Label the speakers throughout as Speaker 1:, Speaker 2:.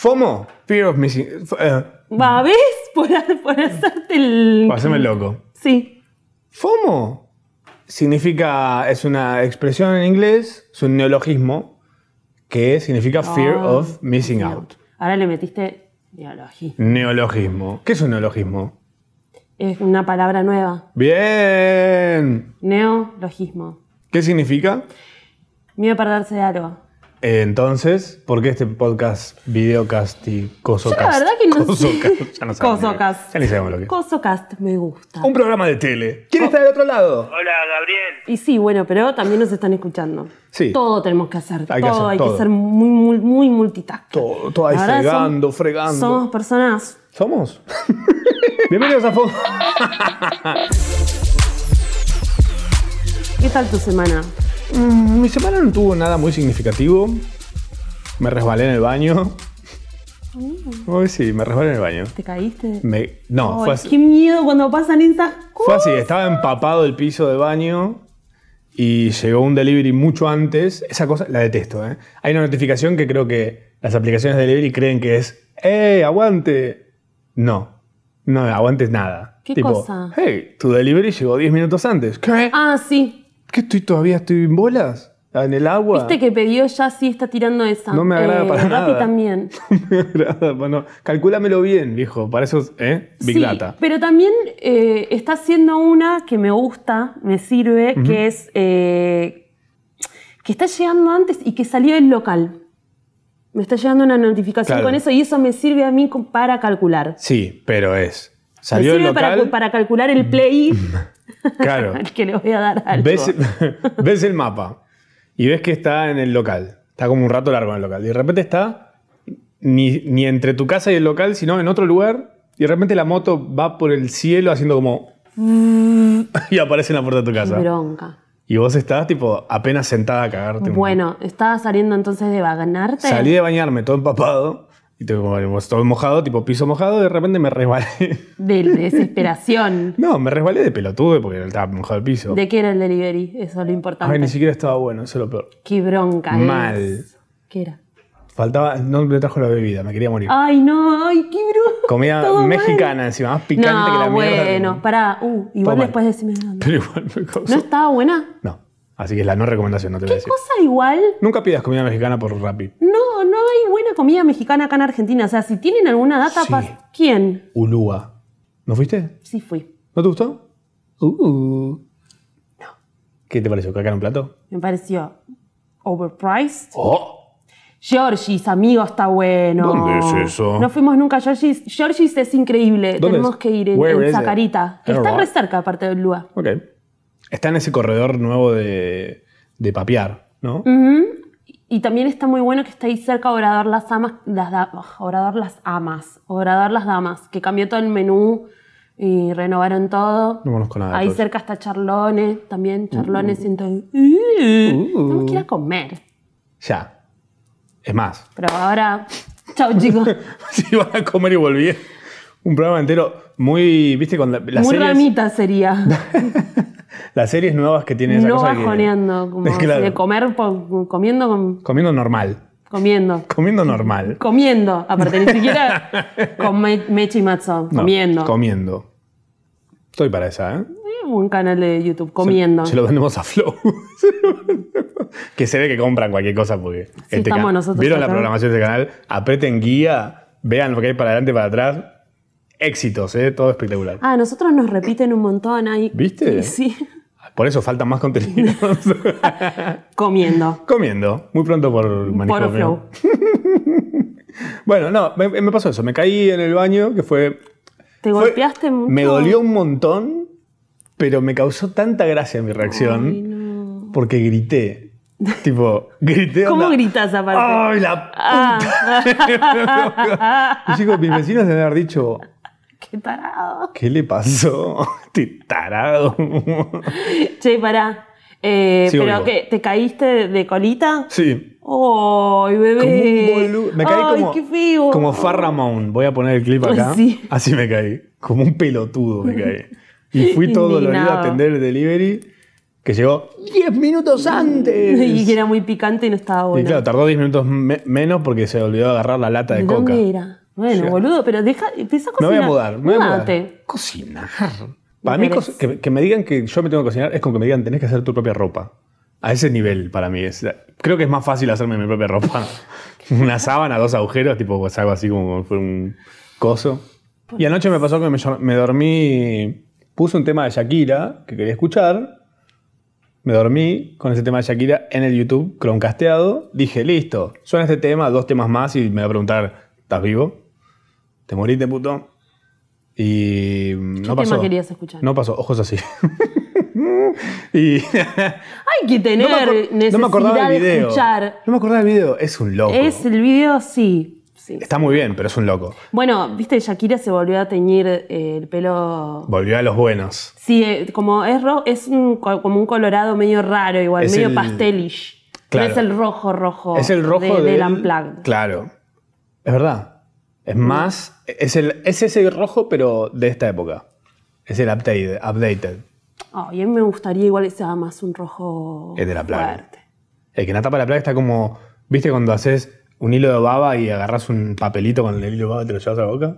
Speaker 1: FOMO, Fear of Missing. f- eh,
Speaker 2: Va, ¿ves? Por, por hacerte el.
Speaker 1: Haceme loco.
Speaker 2: Sí.
Speaker 1: FOMO significa, es una expresión en inglés, es un neologismo que significa Fear
Speaker 2: Ah,
Speaker 1: of Missing Out.
Speaker 2: Ahora le metiste biología.
Speaker 1: Neologismo. ¿Qué es un neologismo?
Speaker 2: Es una palabra nueva.
Speaker 1: Bien.
Speaker 2: Neologismo.
Speaker 1: ¿Qué significa?
Speaker 2: Miedo a perderse de algo.
Speaker 1: Eh, Entonces, ¿por qué este podcast, videocast y cosocast?
Speaker 2: Yo la verdad que no sé.
Speaker 1: Cosocast, ya no sabemos lo que-
Speaker 2: Cosocast.
Speaker 1: Ya ni sabemos lo que es. Oh.
Speaker 2: Cosocast me gusta.
Speaker 1: Un programa de tele. ¿Quién está del otro lado?
Speaker 3: Hola, Gabriel.
Speaker 2: Y sí, bueno, pero también nos están escuchando.
Speaker 1: Sí.
Speaker 2: Todo tenemos que hacer.
Speaker 1: Hay que
Speaker 2: todo.
Speaker 1: hacer
Speaker 2: hay
Speaker 1: todo.
Speaker 2: que ser muy, muy, muy multitask.
Speaker 1: Todo, todo ahí fregando, fregando.
Speaker 2: Somos personas.
Speaker 1: ¿Somos? Bienvenidos a FOMO.
Speaker 2: ¿Qué tal tu semana?
Speaker 1: Mm, Mi semana no tuvo nada muy significativo. Me resbalé en el baño. Hoy sí, me resbalé en el baño.
Speaker 2: ¿Te caíste?
Speaker 1: Me- no,
Speaker 2: Mm. Ay,
Speaker 1: fue así.
Speaker 2: qué miedo cuando pasan esas
Speaker 1: Fue
Speaker 2: cosas.
Speaker 1: así, estaba empapado el piso del baño y llegó un delivery mucho antes. Esa cosa la detesto, ¿eh? Hay una notificación que creo que las aplicaciones de delivery creen que es ¡Eh, aguante! No, no aguantes nada.
Speaker 2: ¿Qué
Speaker 1: tipo,
Speaker 2: cosa?
Speaker 1: Hey, tu delivery llegó 10 minutos antes. ¿Qué?
Speaker 2: Ah, sí.
Speaker 1: ¿Qué estoy todavía? ¿Estoy en bolas? Ah, ¿En el agua?
Speaker 2: Viste que pidió ya sí está tirando esa. Eh,
Speaker 1: No me agrada para
Speaker 2: Rappi
Speaker 1: nada.
Speaker 2: también.
Speaker 1: Me agrada, bueno, calcúlamelo bien, viejo. Para eso, es, ¿eh? Big
Speaker 2: Sí,
Speaker 1: Data.
Speaker 2: Pero también eh, está haciendo una que me gusta, me sirve, que es eh, que está llegando antes y que salió del local. Me está llegando una notificación
Speaker 1: Claro.
Speaker 2: con eso y eso me sirve a mí co- para calcular.
Speaker 1: Sí, pero es.
Speaker 2: Me
Speaker 1: Salió
Speaker 2: sirve
Speaker 1: el
Speaker 2: para,
Speaker 1: local.
Speaker 2: cu- para calcular el play
Speaker 1: Claro.
Speaker 2: al que le voy a dar algo.
Speaker 1: ves, ves el mapa y ves que está en el local. Está como un rato largo en el local. Y de repente está ni, ni entre tu casa y el local, sino en otro lugar. Y de repente la moto va por el cielo haciendo como. Y aparece en la puerta de tu
Speaker 2: Qué
Speaker 1: casa.
Speaker 2: bronca.
Speaker 1: Y vos estás, tipo, apenas sentada a cagarte. un-
Speaker 2: Bueno, estaba saliendo entonces de vaganarte.
Speaker 1: Salí de bañarme todo empapado. Y tipo, como todo mojado, tipo piso mojado. Y de repente me resbalé.
Speaker 2: De desesperación.
Speaker 1: No, me resbalé de pelotudo porque estaba mojado el piso.
Speaker 2: ¿De qué era el delivery? Eso es lo importante.
Speaker 1: Ay, ni siquiera estaba bueno, eso es lo peor.
Speaker 2: Qué bronca.
Speaker 1: Mal.
Speaker 2: es. ¿Qué era?
Speaker 1: Faltaba, no me trajo la bebida, me quería morir.
Speaker 2: Ay, no, ay, qué bronca.
Speaker 1: Comida
Speaker 2: Ah, todo mal.
Speaker 1: mexicana encima, más picante
Speaker 2: no,
Speaker 1: que la mierda.
Speaker 2: bueno, pará. Uh, igual
Speaker 1: Todo
Speaker 2: después decime de dónde.
Speaker 1: Pero igual me causó. No.
Speaker 2: ¿No estaba buena?
Speaker 1: así que es la no recomendación, no te voy a
Speaker 2: ¿Qué
Speaker 1: decir.
Speaker 2: cosa igual?
Speaker 1: Nunca pidas comida mexicana por Rappi.
Speaker 2: No, no hay buena comida mexicana acá en Argentina. O sea, si tienen alguna data,
Speaker 1: Sí.
Speaker 2: pas- ¿quién?
Speaker 1: Ulúa. ¿No fuiste?
Speaker 2: Sí fui.
Speaker 1: ¿No te gustó? Uh. No. ¿Qué te pareció? ¿Cacar un plato?
Speaker 2: Me pareció overpriced.
Speaker 1: ¡Oh!
Speaker 2: Georgie's, amigo, está bueno.
Speaker 1: ¿Dónde es eso?
Speaker 2: No fuimos nunca a Georgie's. Georgie's es increíble.
Speaker 1: ¿Dónde
Speaker 2: Tenemos
Speaker 1: es?
Speaker 2: que ir en,
Speaker 1: Where
Speaker 2: en
Speaker 1: is it?
Speaker 2: Zacarita.
Speaker 1: En
Speaker 2: Está
Speaker 1: Roa.
Speaker 2: re cerca, aparte del lugar.
Speaker 1: Ok. Está en ese corredor nuevo de, de papear, ¿no?
Speaker 2: Mm. Ujú. Y también está muy bueno que está ahí cerca Obrador Las Amas, las da- ugh, Obrador Las Amas, Obrador Las Damas, que cambió todo el menú y renovaron todo.
Speaker 1: No conozco nada de
Speaker 2: Ahí
Speaker 1: todo eso.
Speaker 2: cerca está Charlone, también
Speaker 1: Uh,
Speaker 2: Charlone siento... Uh, Tenemos que ir a comer.
Speaker 1: Ya. Es más,
Speaker 2: Pero ahora, chao chicos.
Speaker 1: Si iban a comer y volvían. Un programa entero muy, viste, con la- las,
Speaker 2: Muy
Speaker 1: series,
Speaker 2: ramita sería.
Speaker 1: las series nuevas que tienen esa
Speaker 2: No
Speaker 1: cosa que-
Speaker 2: bajoneando, como
Speaker 1: Es claro,
Speaker 2: de comer, po- comiendo, com-
Speaker 1: comiendo normal.
Speaker 2: comiendo.
Speaker 1: Comiendo normal.
Speaker 2: Comiendo, aparte, ni siquiera con me- mecha y matzo,
Speaker 1: No,
Speaker 2: comiendo.
Speaker 1: Comiendo. Estoy para esa, ¿eh?
Speaker 2: un canal de YouTube comiendo.
Speaker 1: Se lo vendemos a Flow. que se ve que compran cualquier cosa porque.
Speaker 2: estamos
Speaker 1: can-
Speaker 2: nosotros
Speaker 1: Vieron la
Speaker 2: acá.
Speaker 1: programación de este canal, aprieten guía, vean lo que hay para adelante, para atrás. Éxitos, ¿eh? Todo espectacular.
Speaker 2: Ah, nosotros nos repiten un montón ahí.
Speaker 1: ¿Viste?
Speaker 2: Sí, sí.
Speaker 1: Por eso faltan más contenidos.
Speaker 2: Comiendo.
Speaker 1: Comiendo. Muy pronto por manejo.
Speaker 2: Por
Speaker 1: mío.
Speaker 2: flow.
Speaker 1: Bueno, no, me, me pasó eso. Me caí en el baño, que fue.
Speaker 2: ¿Te
Speaker 1: fue-
Speaker 2: golpeaste mucho?
Speaker 1: Me dolió un montón, pero me causó tanta gracia mi reacción
Speaker 2: Ay, no.
Speaker 1: porque grité. Tipo, grité.
Speaker 2: ¿Cómo
Speaker 1: onda,
Speaker 2: gritas aparte?
Speaker 1: ¡Ay, la
Speaker 2: Ah,
Speaker 1: puta! Y chicos, mis vecinos deben haber dicho,
Speaker 2: qué tarado.
Speaker 1: ¿qué le pasó? Este tarado.
Speaker 2: Che, pará. Eh,
Speaker 1: Sigo
Speaker 2: ¿Pero
Speaker 1: vivo.
Speaker 2: qué? ¿Te caíste de colita?
Speaker 1: Sí.
Speaker 2: ¡Ay, bebé!
Speaker 1: Como un boludo. Me caí
Speaker 2: Ay,
Speaker 1: como.
Speaker 2: qué feo!
Speaker 1: Como Farramount. Voy a poner el clip
Speaker 2: Ay,
Speaker 1: acá.
Speaker 2: sí.
Speaker 1: Así me caí. Como un pelotudo me caí. Y fui todo
Speaker 2: Indignado.
Speaker 1: dolorido a atender el delivery. que llegó 10 minutos antes.
Speaker 2: Y era muy picante y no estaba
Speaker 1: Y
Speaker 2: bueno.
Speaker 1: claro, tardó 10 minutos me- menos porque se olvidó agarrar la lata de,
Speaker 2: ¿De
Speaker 1: coca.
Speaker 2: dónde era? Bueno,
Speaker 1: Ya.
Speaker 2: boludo, pero deja, empieza a
Speaker 1: Me
Speaker 2: cocinar.
Speaker 1: voy a mudar, me voy a
Speaker 2: Múdate.
Speaker 1: mudar. Cocinar. Para mí,
Speaker 2: querés.
Speaker 1: cos- que, que me digan que yo me tengo que cocinar es como que me digan tenés que hacer tu propia ropa. A ese nivel, para mí. es- creo que es más fácil hacerme mi propia ropa. Una sábana, dos agujeros, tipo, pues algo así como fue un coso. Y anoche me pasó que me, me dormí. Puse un tema de Shakira que quería escuchar. Me dormí con ese tema de Shakira en el YouTube, croncasteado. Dije, listo, suena este tema, dos temas más y me va a preguntar, ¿estás vivo? ¿Te moriste, puto? Y mm,
Speaker 2: ¿Qué
Speaker 1: no
Speaker 2: tema
Speaker 1: pasó.
Speaker 2: querías escuchar?
Speaker 1: No pasó, ojos así. y
Speaker 2: Hay que tener
Speaker 1: no, me acor-
Speaker 2: necesidad
Speaker 1: no me acordaba del
Speaker 2: de
Speaker 1: video.
Speaker 2: escuchar.
Speaker 1: No me acordaba del video, es un loco.
Speaker 2: Es el video, sí. sí.
Speaker 1: Está muy bien, pero es un loco.
Speaker 2: Bueno, viste, Shakira se volvió a teñir eh, el pelo.
Speaker 1: Volvió a los buenos.
Speaker 2: Sí, eh, como es ro- es un co- como un colorado medio raro, igual,
Speaker 1: Es
Speaker 2: medio
Speaker 1: el-
Speaker 2: pastelish.
Speaker 1: Claro.
Speaker 2: No es el rojo, rojo.
Speaker 1: Es el rojo
Speaker 2: Oh, de, del
Speaker 1: del-
Speaker 2: Unplugged.
Speaker 1: Claro. Es verdad.
Speaker 2: Mm.
Speaker 1: Es más. Es, el, es ese rojo, pero de esta época. Es el updated. updated.
Speaker 2: Ay, a mí me gustaría igual que sea más un rojo.
Speaker 1: Es de la plaga.
Speaker 2: fuerte.
Speaker 1: El que en la tapa de la plaga está como. ¿Viste cuando haces un hilo de baba y agarras un papelito con el hilo de baba y te lo llevas a la boca?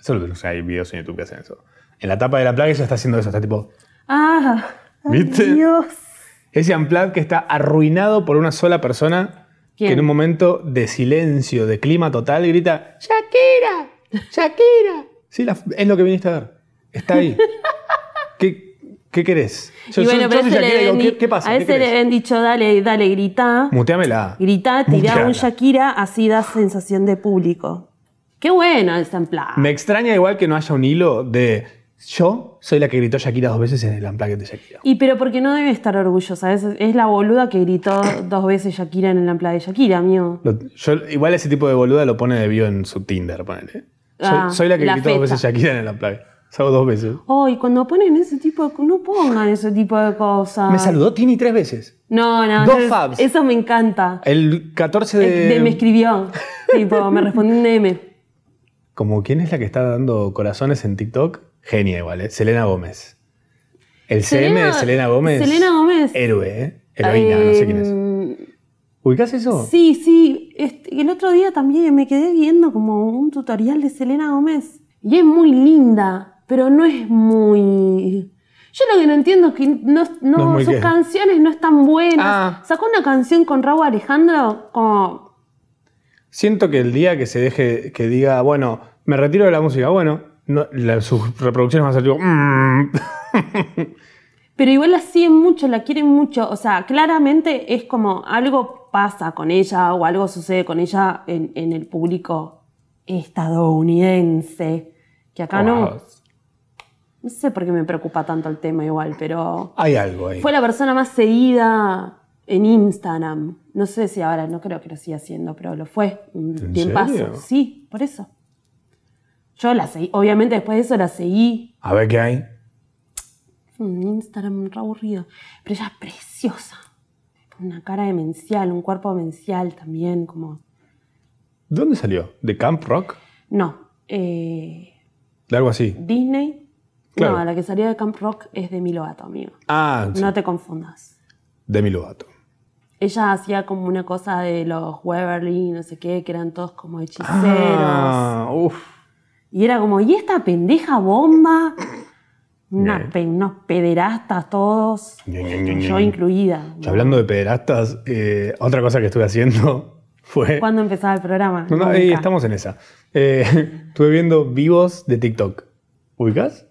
Speaker 1: Eso lo o sea, hay videos en YouTube que hacen eso. En la tapa de la plaga ella está haciendo eso. Está tipo.
Speaker 2: Ah, ay,
Speaker 1: ¿Viste?
Speaker 2: Dios.
Speaker 1: Ese Unplugged que está arruinado por una sola persona
Speaker 2: ¿Quién?
Speaker 1: que en un momento de silencio, de clima total, grita ¡Shakira! ¡Shakira! Sí, la- es lo que viniste a ver. Está ahí. ¿Qué, qué querés? Yo,
Speaker 2: Y
Speaker 1: yo-
Speaker 2: bueno,
Speaker 1: yo
Speaker 2: pero
Speaker 1: soy
Speaker 2: ese le
Speaker 1: Shakira y digo,
Speaker 2: deben
Speaker 1: ¿qué,
Speaker 2: di-
Speaker 1: qué pasa?
Speaker 2: A
Speaker 1: ¿Qué
Speaker 2: ese le
Speaker 1: querés?
Speaker 2: habían dicho, dale, dale, grita.
Speaker 1: Muteamela.
Speaker 2: Grita, tirá
Speaker 1: Muteala.
Speaker 2: un Shakira, así da sensación de público. Qué bueno el samplado.
Speaker 1: Me extraña igual que no haya un hilo de yo soy la que gritó Shakira dos veces en el Unplugged de Shakira.
Speaker 2: Y pero porque no debe estar orgullosa, es, es la boluda que gritó dos veces Shakira en el ampla de Shakira, amigo.
Speaker 1: Lo- yo, igual ese tipo de boluda lo pone de bio en su Tinder, ponele. Soy,
Speaker 2: Ah,
Speaker 1: soy la que
Speaker 2: la
Speaker 1: gritó dos
Speaker 2: fecha.
Speaker 1: veces Shakira en el Unplugged. Salgo dos veces.
Speaker 2: Ay, cuando ponen ese tipo de... co- No pongan ese tipo de cosas.
Speaker 1: Me saludó Tini tres veces.
Speaker 2: No, no,
Speaker 1: Dos
Speaker 2: no,
Speaker 1: fabs. Eh,
Speaker 2: Eso me encanta.
Speaker 1: El 14 de...
Speaker 2: De- me escribió. tipo, me respondió un DM.
Speaker 1: Como quién es la que está dando corazones en TikTok. Genia igual, ¿eh? Selena Gómez. El CM de
Speaker 2: Selena-
Speaker 1: Selena Gómez.
Speaker 2: Selena Gómez.
Speaker 1: Héroe, ¿eh? Heroína, no sé quién es.
Speaker 2: Eh,
Speaker 1: ¿Ubicás eso?
Speaker 2: Sí, sí. Este, el otro día también me quedé viendo como un tutorial de Selena Gómez. Y es muy linda, pero no es muy. Yo lo que no entiendo es que no, no-
Speaker 1: No es muy
Speaker 2: sus
Speaker 1: qué.
Speaker 2: canciones no están buenas.
Speaker 1: Ah.
Speaker 2: Sacó una canción con Raúl Alejandro como.
Speaker 1: Siento que el día que se deje, que diga, bueno, me retiro de la música, bueno, no- la- sus reproducciones van a ser tipo... mm.
Speaker 2: Pero igual la siguen mucho, la quieren mucho. O sea, claramente es como algo pasa con ella o algo sucede con ella en, en el público estadounidense. Que acá no.
Speaker 1: Wow.
Speaker 2: No sé por qué me preocupa tanto el tema igual, pero
Speaker 1: Hay algo ahí.
Speaker 2: fue la persona más seguida en Instagram. No sé si ahora, no creo que lo siga haciendo, pero lo fue un
Speaker 1: ¿En
Speaker 2: tiempazo.
Speaker 1: serio?
Speaker 2: Sí, por eso. Yo la seguí, obviamente después de eso la seguí.
Speaker 1: A ver qué hay.
Speaker 2: Un Instagram re aburrido. Pero ella es preciosa. Una cara demencial, un cuerpo demencial también, como...
Speaker 1: ¿Dónde salió? ¿De Camp Rock?
Speaker 2: No, eh,
Speaker 1: De algo así.
Speaker 2: Disney.
Speaker 1: Claro.
Speaker 2: No, la que salió de Camp Rock es de Milovato, amigo.
Speaker 1: Ah, sí.
Speaker 2: No te confundas.
Speaker 1: Demi Lovato.
Speaker 2: Ella hacía como una cosa de los Weberly, no sé qué, que eran todos como hechiceros.
Speaker 1: Ah, uf.
Speaker 2: Y era como, ¿y esta pendeja bomba? Una
Speaker 1: Bien.
Speaker 2: pe- unos pederastas todos,
Speaker 1: Ñe, Ñe, Ñe,
Speaker 2: yo
Speaker 1: Ñe.
Speaker 2: incluida.
Speaker 1: Y hablando de pederastas, eh, otra cosa que estuve haciendo fue.
Speaker 2: ¿Cuándo empezaba el programa?
Speaker 1: No, no,
Speaker 2: Nunca.
Speaker 1: eh, estamos en esa. Eh, estuve viendo vivos de TikTok. ¿Ubicas?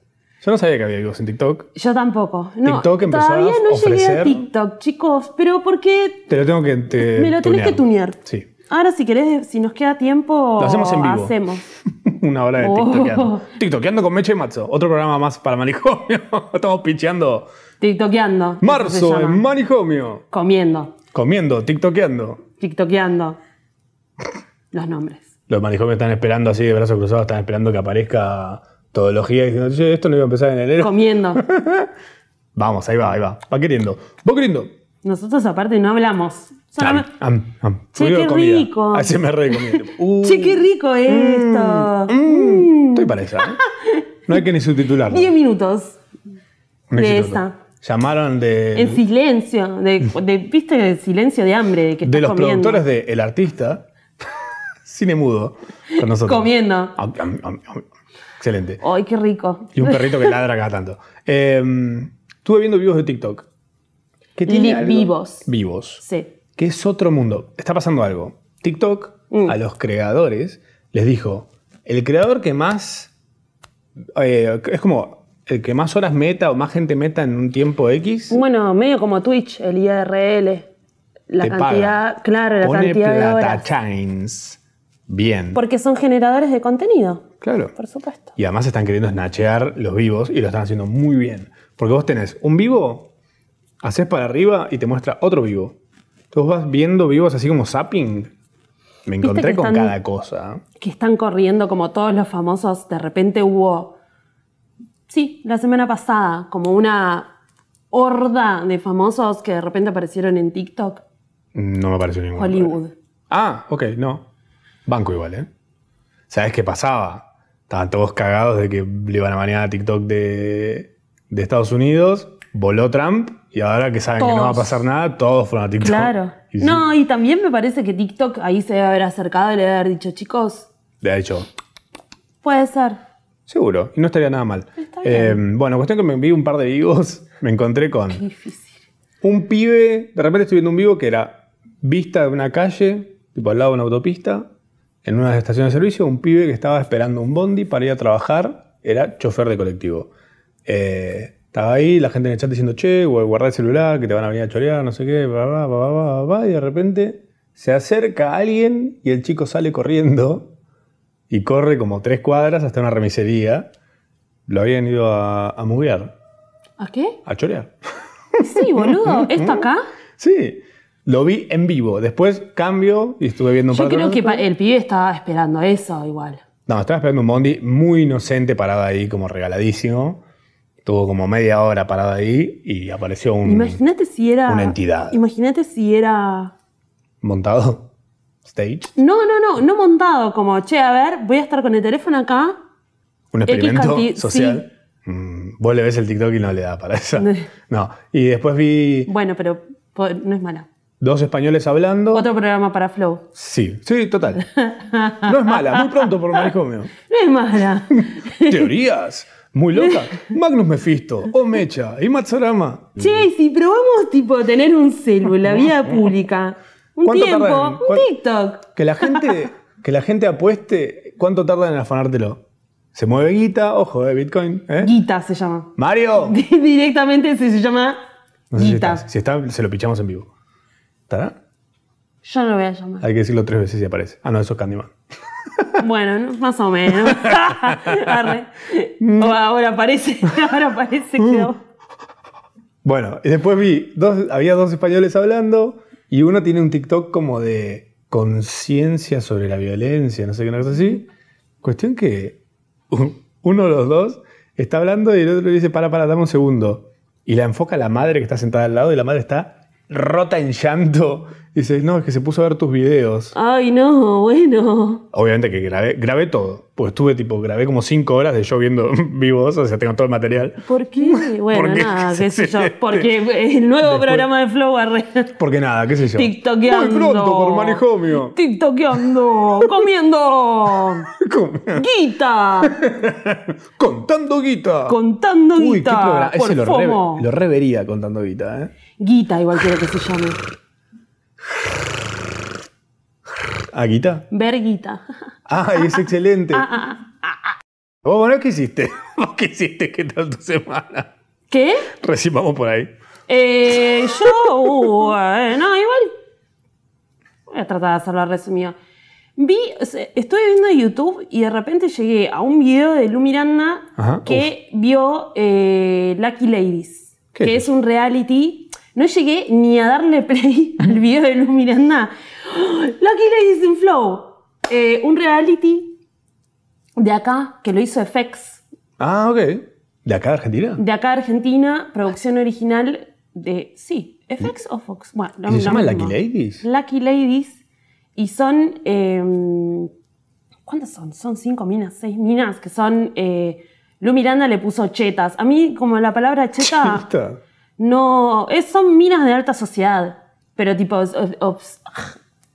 Speaker 1: Yo no sabía que había vivos en TikTok.
Speaker 2: Yo tampoco. No,
Speaker 1: TikTok empezó a
Speaker 2: todavía no llegué a
Speaker 1: ofrecer- Eh,
Speaker 2: TikTok, chicos, pero porque
Speaker 1: Te lo tengo que. te-
Speaker 2: me lo tenés que tunear.
Speaker 1: Sí.
Speaker 2: Ahora si querés, si nos queda tiempo,
Speaker 1: Lo hacemos en vivo.
Speaker 2: hacemos.
Speaker 1: Una hora de
Speaker 2: Oh.
Speaker 1: TikTokeando. TikTokeando con Meche y Matzo. Otro programa más para Manicomio. Estamos picheando.
Speaker 2: TikTokeando. eso se
Speaker 1: Marzo en
Speaker 2: llama.
Speaker 1: Manicomio.
Speaker 2: Comiendo,
Speaker 1: Comiendo, TikTokeando.
Speaker 2: TikTokeando. Los nombres.
Speaker 1: Los manicomios están esperando así de brazos cruzados, están esperando que aparezca todología diciendo, che, esto no iba a empezar en enero.
Speaker 2: comiendo.
Speaker 1: Vamos, ahí va, ahí va. Va queriendo. Va queriendo.
Speaker 2: Nosotros aparte no hablamos.
Speaker 1: Am,
Speaker 2: Solamente-
Speaker 1: am, am.
Speaker 2: Che,
Speaker 1: Ruido
Speaker 2: qué
Speaker 1: de comida.
Speaker 2: rico.
Speaker 1: Ahí se me re comida. Uh,
Speaker 2: Che, qué rico esto.
Speaker 1: mm, Estoy para esa. ¿eh? No hay que ni subtitularlo.
Speaker 2: 10 minutos
Speaker 1: Un
Speaker 2: de
Speaker 1: éxito.
Speaker 2: esa.
Speaker 1: Llamaron de,
Speaker 2: En silencio, de, de- viste el silencio de hambre de que
Speaker 1: de
Speaker 2: estás
Speaker 1: los
Speaker 2: comiendo.
Speaker 1: productores de El Artista, cine mudo, con nosotros.
Speaker 2: Comiendo.
Speaker 1: Am, am, am, am. Excelente.
Speaker 2: Ay, qué rico.
Speaker 1: Y un perrito que ladra cada tanto. Eh, estuve viendo vivos de TikTok. Que tiene
Speaker 2: Li-
Speaker 1: algo-
Speaker 2: vivos.
Speaker 1: Vivos.
Speaker 2: Sí.
Speaker 1: que es otro mundo. Está pasando algo. TikTok
Speaker 2: Mm.
Speaker 1: a los creadores les dijo, el creador que más... eh, es como el que más horas meta o más gente meta en un tiempo X,
Speaker 2: Bueno, medio como Twitch, el IRL. La
Speaker 1: Te
Speaker 2: cantidad,
Speaker 1: paga.
Speaker 2: claro, la
Speaker 1: pone
Speaker 2: cantidad de
Speaker 1: plata,
Speaker 2: horas.
Speaker 1: chains. Bien.
Speaker 2: Porque son generadores de contenido,
Speaker 1: claro.
Speaker 2: por supuesto.
Speaker 1: Y además están queriendo snachear los vivos y lo están haciendo muy bien. Porque vos tenés un vivo, haces para arriba y te muestra otro vivo. Entonces vos vas viendo vivos así como zapping. Me
Speaker 2: Viste
Speaker 1: encontré
Speaker 2: que
Speaker 1: con
Speaker 2: están-
Speaker 1: cada cosa.
Speaker 2: Que están corriendo como todos los famosos. De repente hubo, sí, la semana pasada, como una horda de famosos que de repente aparecieron en TikTok.
Speaker 1: No me apareció ninguno.
Speaker 2: Hollywood.
Speaker 1: Ah, ok, no. Banco igual, ¿eh? ¿Sabes qué pasaba? Estaban todos cagados de que le iban a banear a TikTok de, de Estados Unidos, voló Trump y ahora que saben que no va a
Speaker 2: Todos.
Speaker 1: pasar nada, todos fueron a TikTok.
Speaker 2: Claro.
Speaker 1: Y sí,
Speaker 2: No, y también me parece que TikTok ahí se debe haber acercado y le debe haber dicho, chicos,
Speaker 1: De hecho,
Speaker 2: puede ser.
Speaker 1: seguro, y no estaría nada mal.
Speaker 2: Está bien.
Speaker 1: Eh, bueno, cuestión que me vi un par de vivos, me encontré con
Speaker 2: Qué difícil.
Speaker 1: un pibe, de repente estoy viendo un vivo que era vista de una calle, tipo al lado de una autopista, en una estación de servicio, un pibe que estaba esperando un bondi para ir a trabajar, era chofer de colectivo. Eh, estaba ahí, la gente en el chat diciendo, che, gu- guardá el celular, que te van a venir a chorear, no sé qué, bla, bla, bla, bla, bla, bla", y de repente se acerca alguien y el chico sale corriendo y corre como tres cuadras hasta una remisería. Lo habían ido a, a muguear,
Speaker 2: ¿A qué?
Speaker 1: a chorear.
Speaker 2: Sí, boludo. ¿Esto acá?
Speaker 1: Sí, lo vi en vivo. Después cambio y estuve viendo un
Speaker 2: Yo
Speaker 1: par de
Speaker 2: creo que pa-
Speaker 1: cosas.
Speaker 2: el pibe estaba esperando eso igual.
Speaker 1: No, estaba esperando un bondi muy inocente parado ahí, como regaladísimo. Tuvo como media hora parado ahí y apareció un
Speaker 2: Imagínate si era.
Speaker 1: Mm. una entidad.
Speaker 2: Imagínate si era.
Speaker 1: montado stage,
Speaker 2: No, no, no, no montado como, che, a ver, voy a estar con el teléfono acá.
Speaker 1: un
Speaker 2: X
Speaker 1: experimento
Speaker 2: canti-
Speaker 1: social. Mm, vos le ves el TikTok y no le da para eso. No, y después vi
Speaker 2: Bueno, pero po- no es mala.
Speaker 1: dos españoles hablando.
Speaker 2: Otro programa para Flow.
Speaker 1: Sí, sí, total. No es mala, muy pronto por manicomio.
Speaker 2: No es mala.
Speaker 1: Teorías, muy locas. Magnus Mephisto, Omecha y Matsurama.
Speaker 2: che, y si probamos, tipo, tener un celular, la vida pública. Un
Speaker 1: ¿Cuánto
Speaker 2: tiempo,
Speaker 1: tardan?
Speaker 2: un
Speaker 1: ¿Cuán-
Speaker 2: TikTok.
Speaker 1: Que la gente, que la gente apueste, ¿cuánto tarda en afanártelo? Se mueve guita, ojo, eh, Bitcoin. ¿eh?
Speaker 2: Guita se llama.
Speaker 1: Mario.
Speaker 2: Directamente se, se llama
Speaker 1: No sé si
Speaker 2: Guita.
Speaker 1: está. Si está, se lo pichamos en vivo. ¿Estará?
Speaker 2: Yo no lo voy a llamar.
Speaker 1: Hay que decirlo tres veces si aparece. Ah, no, eso es Candyman.
Speaker 2: Bueno, ¿no? más o menos. Arre.
Speaker 1: Mm.
Speaker 2: O ahora parece, ahora parece que.
Speaker 1: Bueno, y después vi, dos, había dos españoles hablando y uno tiene un TikTok como de conciencia sobre la violencia, no sé qué, una cosa así. Cuestión que u- uno de los dos está hablando y el otro le dice, para, para, dame un segundo. Y la enfoca la madre que está sentada al lado y la madre está rota en llanto. Dice, no, es que se puso a ver tus videos.
Speaker 2: Ay, no, bueno.
Speaker 1: Obviamente que grabé, grabé todo. Pues estuve tipo, grabé como cinco horas de yo viendo vivos, o sea, tengo todo el material.
Speaker 2: ¿Por qué? Bueno,
Speaker 1: ¿Por qué?
Speaker 2: nada, qué sé yo.
Speaker 1: Excelente.
Speaker 2: Porque el nuevo
Speaker 1: Después-
Speaker 2: programa de Flow Arre.
Speaker 1: Porque nada, qué sé yo.
Speaker 2: TikTokeando.
Speaker 1: Muy pronto por manicomio.
Speaker 2: TikTokeando. Comiendo.
Speaker 1: Como-
Speaker 2: Guita.
Speaker 1: Contando guita.
Speaker 2: Contando
Speaker 1: Uy, qué
Speaker 2: guita.
Speaker 1: programa.
Speaker 2: por
Speaker 1: Ese lo, re-
Speaker 2: FOMO.
Speaker 1: lo revería contando guita, ¿eh?
Speaker 2: Guita, igual quiero que se llame.
Speaker 1: ¿A Ah, guita?
Speaker 2: Verguita.
Speaker 1: ¡Ay, es excelente!
Speaker 2: Ah,
Speaker 1: Vos, bueno, ¿qué hiciste? ¿Vos qué hiciste? ¿Qué tal tu semana?
Speaker 2: ¿Qué?
Speaker 1: Recién vamos por ahí.
Speaker 2: Eh, yo, uh, eh, no, igual. Voy a tratar de hacerlo resumido. Vi, o sea, estuve viendo YouTube y de repente llegué a un video de Lu Miranda
Speaker 1: Ajá,
Speaker 2: que vio eh, Lucky Ladies,
Speaker 1: ¿Qué
Speaker 2: que
Speaker 1: es
Speaker 2: es, un reality. No llegué ni a darle play al video de Lu Miranda. Lucky Ladies in Flow, eh, un reality de acá que lo hizo E FX.
Speaker 1: Ah, ok. ¿De acá de Argentina?
Speaker 2: De acá a Argentina,
Speaker 1: Ah.
Speaker 2: producción original de. Sí, FX o Fox. Bueno,
Speaker 1: ¿Y se llama Lucky Ladies?
Speaker 2: Lucky Ladies. Y son. eh, ¿Cuántas son? Son cinco minas, seis minas que son. eh, Lu Miranda le puso chetas. A mí, como la palabra cheta.
Speaker 1: Chuta.
Speaker 2: No, es- son minas de alta sociedad, pero tipo, es- ob- obs-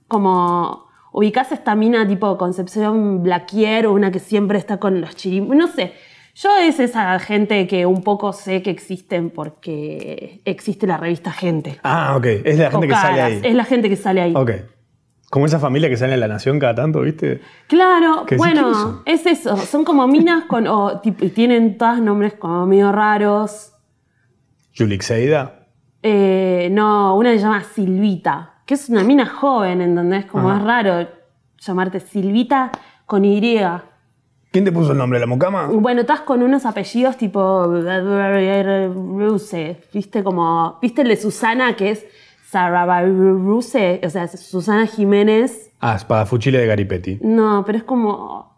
Speaker 2: como ubicás esta mina tipo Concepción Blaquier o una que siempre está con los chirim... No sé, yo es esa gente que un poco sé que existen porque existe la revista Gente.
Speaker 1: Ah, ok. Es la gente que sale
Speaker 2: Cocadas,
Speaker 1: ahí.
Speaker 2: Es la gente que sale ahí.
Speaker 1: Ok. Como esa familia que sale en La Nación cada tanto, ¿viste?
Speaker 2: Claro,
Speaker 1: Que sí, ¿quiénes son?
Speaker 2: bueno, es eso. Son como minas con, o, tipo, y tienen todas nombres como medio raros.
Speaker 1: Yulixeida.
Speaker 2: Eh, no, una se llama Silvita, que es una mina joven, ¿entendés? Como
Speaker 1: Ajá.
Speaker 2: es raro llamarte Silvita con Y.
Speaker 1: ¿Quién te puso el nombre? ¿La mucama?
Speaker 2: Bueno, estás con unos apellidos tipo Ruse, viste como, viste el de Susana que es Ruse, o sea, Susana Jiménez.
Speaker 1: Ah, Espadafuchile de Garipetti.
Speaker 2: No, pero es como,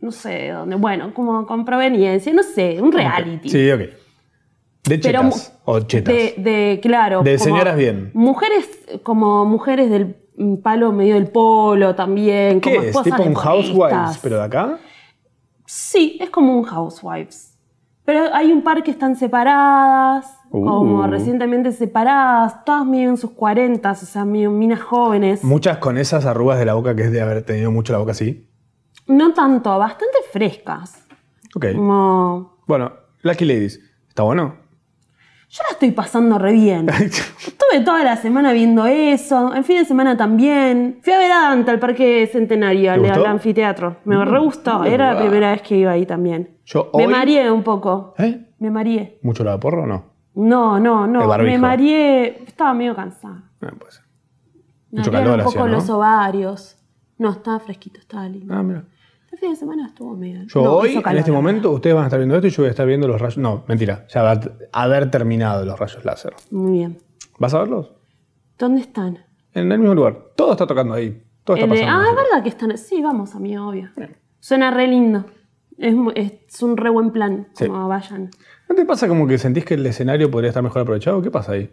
Speaker 2: no sé de dónde, bueno, como con proveniencia, no sé, un reality.
Speaker 1: Sí, ok. De
Speaker 2: Pero
Speaker 1: chetas.
Speaker 2: mu-
Speaker 1: o chetas.
Speaker 2: De, de, claro.
Speaker 1: De
Speaker 2: como
Speaker 1: señoras bien.
Speaker 2: Mujeres, como mujeres del mm, palo medio del polo también.
Speaker 1: ¿Qué
Speaker 2: como
Speaker 1: es?
Speaker 2: esposas
Speaker 1: ¿Tipo
Speaker 2: de
Speaker 1: un Housewives,
Speaker 2: futbolistas.
Speaker 1: pero de acá?
Speaker 2: Sí, es como un Housewives. Pero hay un par que están separadas,
Speaker 1: Uh.
Speaker 2: como recientemente separadas, todas miden sus 40, o sea, medio minas jóvenes.
Speaker 1: Muchas con esas arrugas de la boca que es de haber tenido mucho la boca así.
Speaker 2: No tanto, bastante frescas.
Speaker 1: Ok.
Speaker 2: Mm. Como,
Speaker 1: Bueno, Lucky Ladies. ¿Está bueno?
Speaker 2: yo la estoy pasando re bien. Estuve toda la semana viendo eso, el fin de semana también. Fui a ver a Dante al Parque Centenario, al,
Speaker 1: gustó?
Speaker 2: al anfiteatro. Me re gustó, era la
Speaker 1: guau.
Speaker 2: primera vez que iba ahí también.
Speaker 1: Yo
Speaker 2: Me
Speaker 1: hoy-
Speaker 2: mareé un poco,
Speaker 1: ¿Eh?
Speaker 2: me mareé.
Speaker 1: ¿Mucho la de porro o no?
Speaker 2: No, no,
Speaker 1: El
Speaker 2: no,
Speaker 1: barbijo.
Speaker 2: me mareé, estaba medio cansada.
Speaker 1: No, puede ser.
Speaker 2: Me
Speaker 1: Mucho
Speaker 2: marearon
Speaker 1: calor
Speaker 2: un
Speaker 1: hacía,
Speaker 2: poco
Speaker 1: ¿no?
Speaker 2: los ovarios. No, estaba fresquito, estaba lindo.
Speaker 1: Ah, mira.
Speaker 2: El fin de semana estuvo medio...
Speaker 1: Yo
Speaker 2: no,
Speaker 1: hoy,
Speaker 2: hizo
Speaker 1: en
Speaker 2: calor,
Speaker 1: este
Speaker 2: la
Speaker 1: momento, ustedes van a estar viendo esto y yo voy a estar viendo los rayos. No, mentira. Ya va a t- haber terminado los rayos láser.
Speaker 2: verdad. Muy bien.
Speaker 1: ¿Vas a verlos?
Speaker 2: ¿Dónde están?
Speaker 1: En el mismo lugar. Todo está tocando ahí. Todo está
Speaker 2: El de-
Speaker 1: pasando.
Speaker 2: ah, es verdad que están. Sí, vamos, amigo, obvio. Suena re lindo. Es, mu- es un re buen plan,
Speaker 1: Sí.
Speaker 2: como vayan.
Speaker 1: ¿No te pasa como que sentís que el escenario podría estar mejor aprovechado? ¿Qué pasa ahí?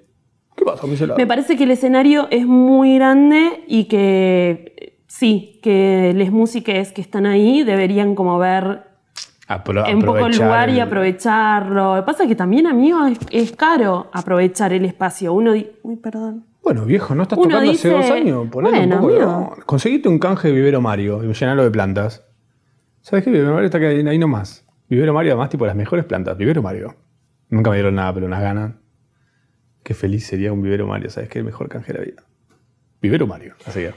Speaker 1: ¿Qué pasa, miserable?
Speaker 2: Me parece que el escenario es muy grande y que eh, sí, que las músicas que están ahí deberían como ver
Speaker 1: Apro-
Speaker 2: en poco el
Speaker 1: Ah, aprovechar
Speaker 2: lugar y
Speaker 1: el-
Speaker 2: aprovecharlo. Lo que pasa es que también, amigo, es, es caro aprovechar el espacio. Uno di- Uy, perdón.
Speaker 1: Bueno, viejo, no estás
Speaker 2: Uno
Speaker 1: tocando
Speaker 2: dice,
Speaker 1: hace dos años. Ponele
Speaker 2: bueno,
Speaker 1: un poco de-
Speaker 2: amigo.
Speaker 1: no, Conseguiste un canje de vivero Mario y llenalo de plantas. ¿Sabes qué? Vivero Mario está que- ahí nomás. Vivero Mario, además, tipo las mejores plantas. Vivero Mario. Nunca me dieron nada, pero unas ganas. Qué feliz sería un Vivero Mario. ¿Sabes qué? El mejor canje de la vida. Vivero Mario. Así que.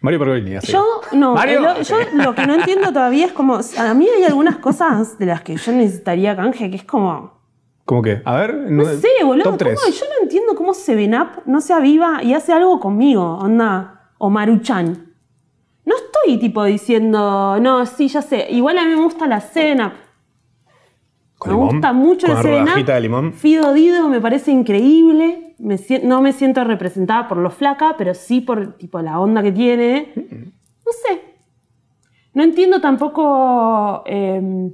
Speaker 1: Mario Pergolini, así que.
Speaker 2: Yo no,
Speaker 1: Mario.
Speaker 2: lo, yo lo que no entiendo todavía es como. A mí hay algunas cosas de las que yo necesitaría canje, que es como.
Speaker 1: ¿Cómo que? A ver.
Speaker 2: No sé, Pues boludo.
Speaker 1: Top
Speaker 2: ¿cómo?
Speaker 1: 3.
Speaker 2: Yo no entiendo cómo Seven Up no se aviva y hace algo conmigo, onda, o Maruchan. No estoy tipo diciendo, no, sí, ya sé. Igual a mí me gusta la Seven Up.
Speaker 1: ¿Con
Speaker 2: me
Speaker 1: limón?
Speaker 2: gusta mucho
Speaker 1: ¿Con
Speaker 2: la Seven Up.
Speaker 1: rodajita de limón?
Speaker 2: Fido Dido me parece increíble. Me sien- no me siento representada por lo flaca, pero sí por tipo la onda que tiene. No sé. No entiendo tampoco eh,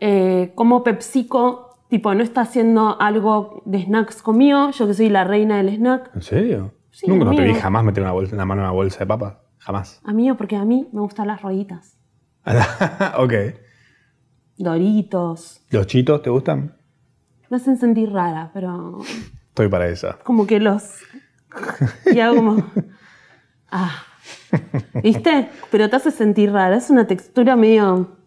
Speaker 2: eh, cómo PepsiCo tipo no está haciendo algo de snacks conmigo. Yo que soy la reina del snack.
Speaker 1: ¿En serio?
Speaker 2: Sí,
Speaker 1: Nunca no te vi
Speaker 2: amigo.
Speaker 1: jamás meter una, bolsa, una mano en una bolsa de papas. Jamás.
Speaker 2: Amigo, porque a mí me gustan las rollitas.
Speaker 1: ok.
Speaker 2: Doritos.
Speaker 1: ¿Los chitos te gustan?
Speaker 2: Me hacen sentir rara, pero
Speaker 1: Estoy para esa.
Speaker 2: como que los. Y hago como. Ah. ¿Viste? Pero te hace sentir rara. Es una textura medio.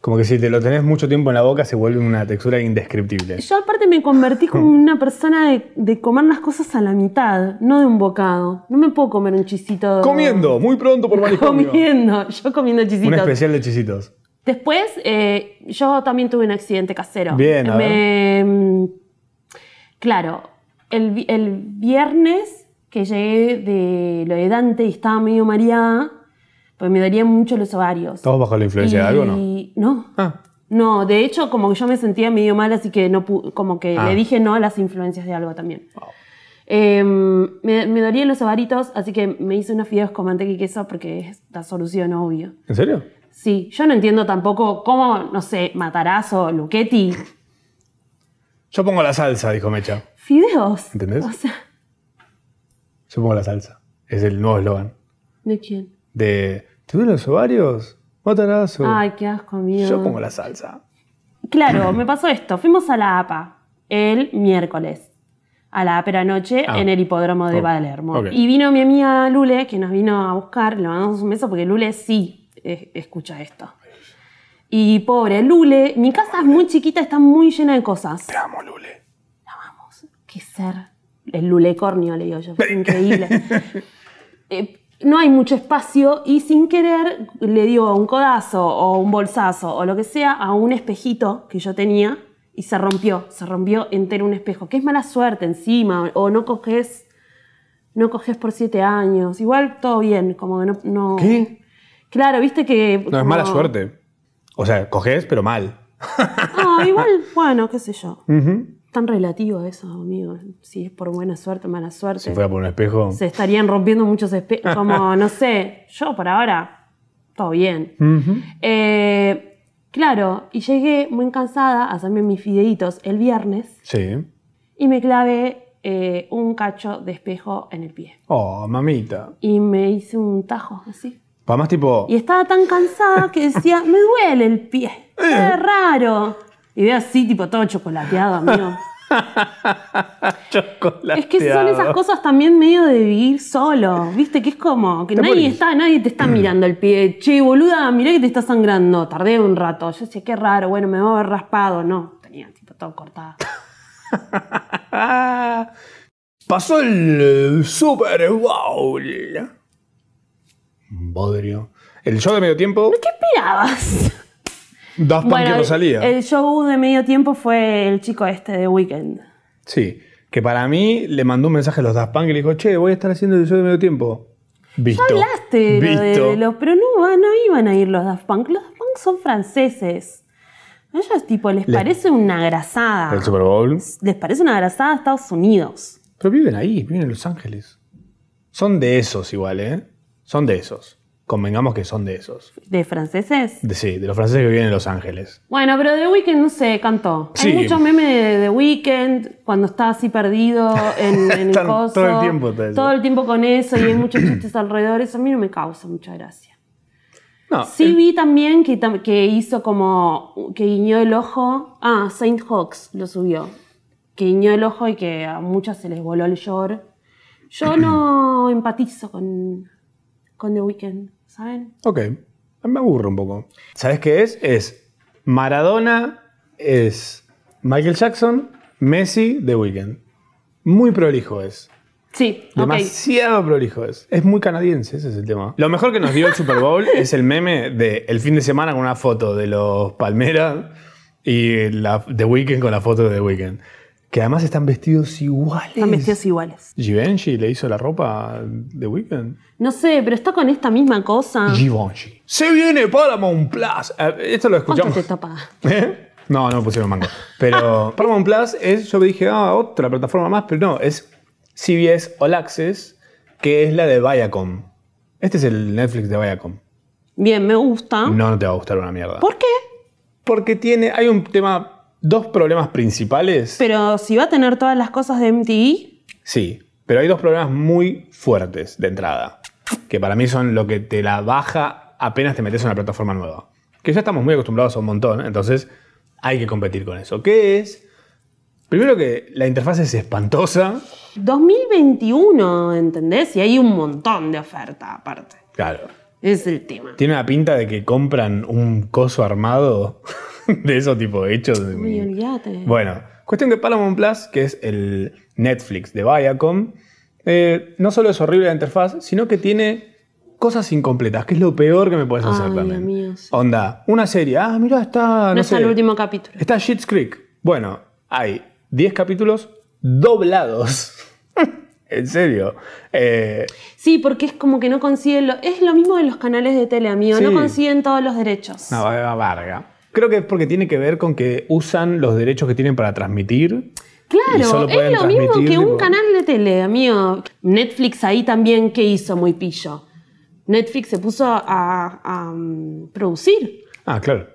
Speaker 1: Como que si te lo tenés mucho tiempo en la boca se vuelve una textura indescriptible.
Speaker 2: Yo aparte me convertí como una persona de, de comer las cosas a la mitad, no de un bocado. No me puedo comer un chisito.
Speaker 1: Comiendo, muy pronto por manicomio.
Speaker 2: Comiendo, yo comiendo
Speaker 1: Un
Speaker 2: chisitos.
Speaker 1: especial de chisitos.
Speaker 2: Después, eh, yo también tuve un accidente casero.
Speaker 1: Bien, a
Speaker 2: Me- mm, Claro, el, vi- el viernes que llegué de lo de Dante y estaba medio mareada, pues me darían mucho los ovarios.
Speaker 1: ¿Estamos bajo la influencia de algo o no?
Speaker 2: Y- No.
Speaker 1: Ah,
Speaker 2: No, de hecho, como que yo me sentía medio mal, así que no pu- como que
Speaker 1: Ah.
Speaker 2: le dije no a las influencias de algo también.
Speaker 1: Wow.
Speaker 2: Eh, me, me dolían los ovaritos, así que me hice unos fideos con manteca y queso porque es la solución, obvio.
Speaker 1: ¿en serio?
Speaker 2: Sí, yo no entiendo tampoco cómo, no sé, Matarazzo, Luchetti,
Speaker 1: Yo pongo la salsa, dijo Mecha.
Speaker 2: fideos.
Speaker 1: ¿Entendés?
Speaker 2: O sea,
Speaker 1: Yo pongo la salsa. Es el nuevo eslogan.
Speaker 2: ¿de quién?
Speaker 1: De, ¿te duelen los ovarios? Matarazo.
Speaker 2: Ay, qué asco, mío.
Speaker 1: Yo pongo la salsa.
Speaker 2: Claro, me pasó esto. Fuimos a la APA. el miércoles a la ópera noche
Speaker 1: Ah.
Speaker 2: en el hipódromo de
Speaker 1: Ok.
Speaker 2: Palermo.
Speaker 1: Ok.
Speaker 2: Y vino mi amiga Lule, que nos vino a buscar, le mandamos un beso porque Lule sí eh, escucha esto. Y pobre Lule, mi casa es muy chiquita, está muy llena de cosas.
Speaker 1: Te amo, Lule.
Speaker 2: Qué ser. El lulecornio, le digo yo. Es increíble. Eh, no hay mucho espacio y sin querer le dio un codazo o un bolsazo o lo que sea a un espejito que yo tenía y se rompió. Se rompió entero un espejo. Que es mala suerte encima o no coges. No coges por siete años. Igual todo bien, como que no. no-
Speaker 1: ¿Qué?
Speaker 2: Claro, viste que.
Speaker 1: No, es mala suerte. O sea, coges, pero mal.
Speaker 2: No, Ah, igual, bueno, qué sé yo.
Speaker 1: Ujú.
Speaker 2: Tan relativo eso, amigo. Si es por buena suerte, mala suerte.
Speaker 1: Si fuera por un espejo.
Speaker 2: se estarían rompiendo muchos espejos. Como, no sé, yo por ahora, todo bien.
Speaker 1: Ujú.
Speaker 2: Eh, claro, y llegué muy cansada a hacerme mis fideitos el viernes
Speaker 1: Sí.
Speaker 2: y me clavé eh, un cacho de espejo en el pie.
Speaker 1: Oh, mamita.
Speaker 2: Y me hice un tajo así.
Speaker 1: Para más tipo.
Speaker 2: Y estaba tan cansada que decía, me duele el pie. Es raro. Y veo así, tipo, todo chocolateado, amigo.
Speaker 1: Chocolate.
Speaker 2: Es que son esas cosas también medio de vivir solo, ¿viste? Que es como que
Speaker 1: Te
Speaker 2: nadie
Speaker 1: morís.
Speaker 2: está, nadie te está mirando el pie. Che, boluda, mirá que te está sangrando. Tardé un rato. Yo decía, qué raro, bueno, me va a haber raspado. No, tenía tipo todo cortado.
Speaker 1: Pasó el Super Bowl. Bodrio. El show de medio tiempo,
Speaker 2: ¿Qué esperabas?
Speaker 1: Daft Punk y
Speaker 2: el-
Speaker 1: Rosalía.
Speaker 2: el show de medio tiempo fue el chico este de Weekend.
Speaker 1: Sí. Que para mí le mandó un mensaje a los Daft Punk y le dijo, che, voy a estar haciendo el show de medio tiempo. Visto.
Speaker 2: Ya hablaste de lo de,
Speaker 1: Visto.
Speaker 2: de los, pero no, va- no iban a ir los Daft Punk. Los Daft Punk son franceses. A ellos, tipo, les
Speaker 1: Les-
Speaker 2: parece una grasada.
Speaker 1: El Super Bowl.
Speaker 2: Les parece una grasada a Estados Unidos.
Speaker 1: Pero viven ahí, viven en Los Ángeles. Son de esos igual, ¿eh? Son de esos. Convengamos que son de esos.
Speaker 2: ¿De franceses?
Speaker 1: De- sí, de los franceses que viven en Los Ángeles.
Speaker 2: Bueno, pero The Weeknd, no sé, cantó.
Speaker 1: Sí.
Speaker 2: Hay muchos memes de The Weeknd cuando está así perdido en, en el
Speaker 1: Están-
Speaker 2: coso.
Speaker 1: todo el tiempo está eso.
Speaker 2: Todo el tiempo con eso y hay muchos chistes alrededor. Eso a mí no me causa mucha gracia.
Speaker 1: No,
Speaker 2: Sí vi también que, tam- que hizo como... que guiñó el ojo. Ah, Saint Hawks lo subió. Que guiñó el ojo y que a muchas se les voló el llor. Yo no empatizo con, con The Weeknd, ¿saben?
Speaker 1: Ok, a mí me aburro un poco. ¿Sabes qué es? Es Maradona, es Michael Jackson, Messi, The Weeknd. Muy prolijo es.
Speaker 2: Sí, ok.
Speaker 1: Demasiado prolijo es. Es muy canadiense, ese es el tema. Lo mejor que nos dio el Super Bowl es el meme de el fin de semana con una foto de los Palmeras y la, The Weeknd con la foto de The Weeknd. Que además están vestidos iguales.
Speaker 2: Están vestidos iguales.
Speaker 1: Givenchy le hizo la ropa a The Weeknd.
Speaker 2: No sé, pero está con esta misma cosa.
Speaker 1: Givenchy. Se viene Paramount Plus. Eh, Esto lo
Speaker 2: ¿Cuánto
Speaker 1: escuchamos.
Speaker 2: te está pagando?
Speaker 1: ¿Eh? No, no me pusieron mango. Pero Paramount Plus es, yo dije, ah, otra plataforma más, pero no, es CBS All Access, que es la de Viacom. Este es el Netflix de Viacom.
Speaker 2: Bien, me gusta.
Speaker 1: No, no te va a gustar una mierda.
Speaker 2: ¿Por qué?
Speaker 1: Porque tiene, hay un tema, dos problemas principales.
Speaker 2: Pero si va a tener todas las cosas de MTV,
Speaker 1: Sí, pero hay dos problemas muy fuertes de entrada, que para mí son lo que te la baja apenas te metes en una plataforma nueva. Que ya estamos muy acostumbrados a un montón, entonces hay que competir con eso. ¿Qué es? Primero que la interfaz es espantosa.
Speaker 2: 2021, ¿entendés? Y hay un montón de oferta aparte.
Speaker 1: Claro.
Speaker 2: Es el tema.
Speaker 1: Tiene una pinta de que compran un coso armado de eso tipo hecho. de-
Speaker 2: Uy, olvídate.
Speaker 1: Bueno, cuestión que Paramount Plus, que es el Netflix de Viacom, eh, no solo es horrible la interfaz, sino que tiene cosas incompletas, que es lo peor que me puedes hacer
Speaker 2: Ay,
Speaker 1: también.
Speaker 2: amigo, sí.
Speaker 1: Onda, una serie, ah, mirá, está. No,
Speaker 2: no está
Speaker 1: sé,
Speaker 2: el último capítulo.
Speaker 1: Está Shit's Creek. Bueno, hay 10 capítulos doblados. en serio. Eh,
Speaker 2: Sí, porque es como que no consiguen. Lo... Es lo mismo de los canales de tele, amigo. No
Speaker 1: Sí.
Speaker 2: consiguen todos los derechos.
Speaker 1: una vaga varga. Creo que es porque tiene que ver con que usan los derechos que tienen para transmitir. y
Speaker 2: Claro,
Speaker 1: solo
Speaker 2: es
Speaker 1: pueden
Speaker 2: lo mismo que
Speaker 1: transmitir,
Speaker 2: un
Speaker 1: tipo-
Speaker 2: canal de tele, amigo. Netflix ahí también, ¿qué hizo? Muy pillo. Netflix se puso a, a, mm, producir.
Speaker 1: Ah, claro.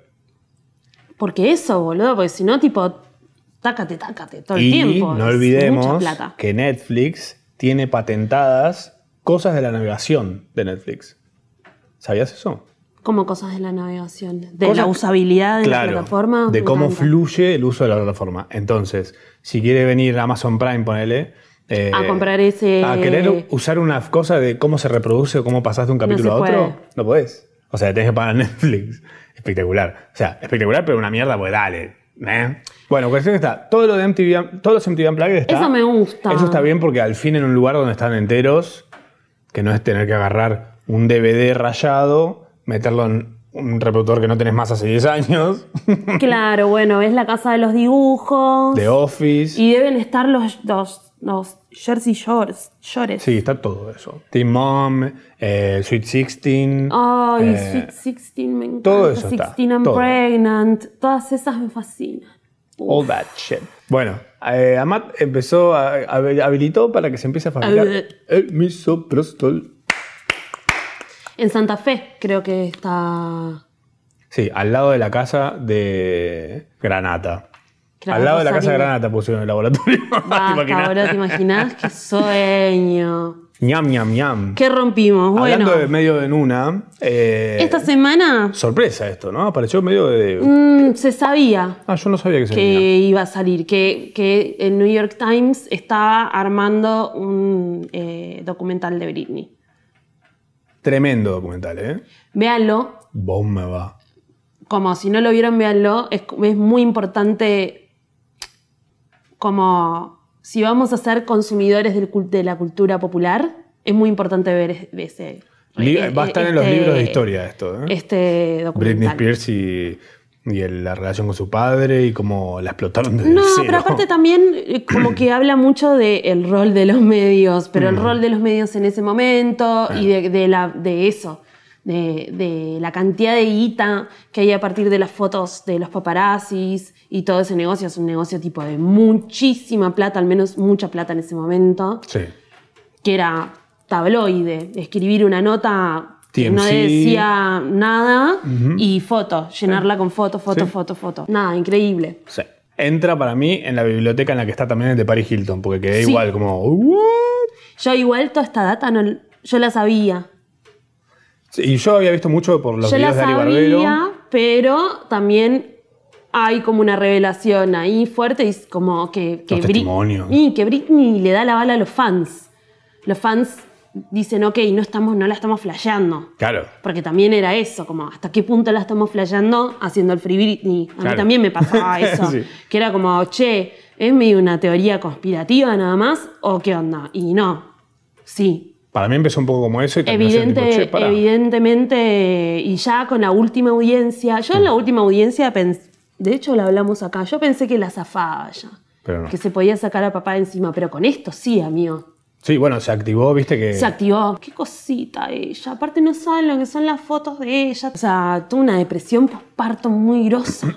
Speaker 2: Porque eso, boludo, porque si no, tipo, tácate, tácate, todo el
Speaker 1: y
Speaker 2: tiempo.
Speaker 1: No
Speaker 2: Es
Speaker 1: olvidemos
Speaker 2: Mucha plata.
Speaker 1: que Netflix tiene patentadas cosas de la navegación de Netflix. ¿Sabías eso?
Speaker 2: Como cosas de la navegación, de
Speaker 1: Cosas
Speaker 2: la
Speaker 1: que-
Speaker 2: usabilidad Ah, de la plataforma.
Speaker 1: De
Speaker 2: me
Speaker 1: cómo
Speaker 2: encanta.
Speaker 1: fluye el uso de la plataforma. Entonces, si quiere venir a Amazon Prime, ponele. eh,
Speaker 2: A comprar ese-
Speaker 1: A querer usar una cosa de cómo se reproduce o cómo pasaste un capítulo
Speaker 2: se
Speaker 1: a otro,
Speaker 2: puede.
Speaker 1: no podés. O sea, tenés que pagar Netflix. Espectacular. O sea, espectacular, pero una mierda, pues dale. ¿eh? Bueno, cuestión está, todo lo de MTV, Am- todos los MTV Unplugged está-
Speaker 2: Eso me gusta.
Speaker 1: Eso está bien porque al fin en un lugar donde están enteros, que no es tener que agarrar un DVD rayado, meterlo en un reproductor que no tenés más hace 10 años,
Speaker 2: Claro, bueno, es la casa de los dibujos.
Speaker 1: de Office.
Speaker 2: Y deben estar los, los, los Jersey Shores. shores.
Speaker 1: Sí, está todo eso. Teen Mom, eh, Sweet 16.
Speaker 2: Ay,
Speaker 1: eh,
Speaker 2: Sweet Sixteen me encanta.
Speaker 1: todo eso está,
Speaker 2: Sixteen and
Speaker 1: todo.
Speaker 2: Pregnant. Todas esas me fascinan.
Speaker 1: All that shit. Bueno, eh, Amat empezó a, a- habilitó para que se empiece a fabricar
Speaker 2: Ah,
Speaker 1: el misoprostol.
Speaker 2: En Santa Fe creo que está.
Speaker 1: Sí, al lado de la casa de Granata.
Speaker 2: Granata
Speaker 1: al lado de la casa de
Speaker 2: Rosario.
Speaker 1: Granata pusieron el laboratorio.
Speaker 2: Basta,
Speaker 1: ¿Te imaginas?
Speaker 2: boludo, ¿te imaginas? ¡Qué sueño!
Speaker 1: Ñam, ñam, ñam.
Speaker 2: ¿Qué rompimos? Bueno,
Speaker 1: Hablando de medio en una, eh,
Speaker 2: esta semana
Speaker 1: sorpresa esto, ¿no? Apareció medio de...
Speaker 2: mm, se sabía
Speaker 1: Ah, yo no sabía que se venía.
Speaker 2: que iba a salir, que, que el New York Times estaba armando un eh, documental de Britney.
Speaker 1: Tremendo documental, ¿eh?
Speaker 2: Véanlo,
Speaker 1: Bomba va.
Speaker 2: como si no lo vieron, véanlo. Es, es muy importante como si vamos a ser consumidores del cul- de la cultura popular, es muy importante ver es- de ese...
Speaker 1: Li-
Speaker 2: e-
Speaker 1: va a estar en
Speaker 2: este-
Speaker 1: los libros de historia esto, ¿eh?
Speaker 2: Este
Speaker 1: Britney
Speaker 2: documental.
Speaker 1: Spears y, y el- la relación con su padre y cómo la explotaron desde
Speaker 2: No,
Speaker 1: cero.
Speaker 2: pero aparte también eh, como que habla mucho del rol de los medios, pero el rol de los medios en ese momento y de, de la, de eso, de, de la cantidad de guita que hay a partir de las fotos de los paparazzis y todo ese negocio. Es un negocio tipo de muchísima plata, al menos mucha plata en ese momento,
Speaker 1: Sí.
Speaker 2: que era tabloide, escribir una nota... que No
Speaker 1: TMZ.
Speaker 2: decía nada y fotos, llenarla con fotos, fotos,
Speaker 1: Sí.
Speaker 2: fotos, fotos. Nada, increíble.
Speaker 1: Sí. Entra para mí en la biblioteca en la que está también el de Paris Hilton, porque quedé
Speaker 2: Sí.
Speaker 1: igual como... "What?".
Speaker 2: Yo igual toda esta data no, yo la sabía.
Speaker 1: Sí, Y yo había visto mucho por los
Speaker 2: yo la
Speaker 1: videos de Ari Barbero.
Speaker 2: sabía, pero también hay como una revelación ahí fuerte y es como que, que
Speaker 1: Los testimonios.
Speaker 2: y que Britney le da la bala a los fans. Los fans dicen, ok, no, estamos, no la estamos flasheando.
Speaker 1: Claro.
Speaker 2: Porque también era eso, como hasta qué punto la estamos flasheando haciendo el Free Britney. A mí
Speaker 1: Claro.
Speaker 2: también me pasaba eso.
Speaker 1: Sí.
Speaker 2: Que era como, che, ¿es medio una teoría conspirativa nada más? ¿O qué onda? Y no. Sí,
Speaker 1: Para mí empezó un poco como eso y terminó siendo
Speaker 2: Evidente,
Speaker 1: tipo, che, para.
Speaker 2: evidentemente, y ya con la última audiencia, yo en la última audiencia, pens- de hecho la hablamos acá, yo pensé que la zafaba ya,
Speaker 1: Pero no.
Speaker 2: que se podía sacar a papá de encima, pero con esto sí, amigo.
Speaker 1: Sí, bueno, se activó, viste que...
Speaker 2: Se activó. Qué cosita ella. Aparte no saben lo que son las fotos de ella. O sea, tuvo una depresión postparto muy grosa.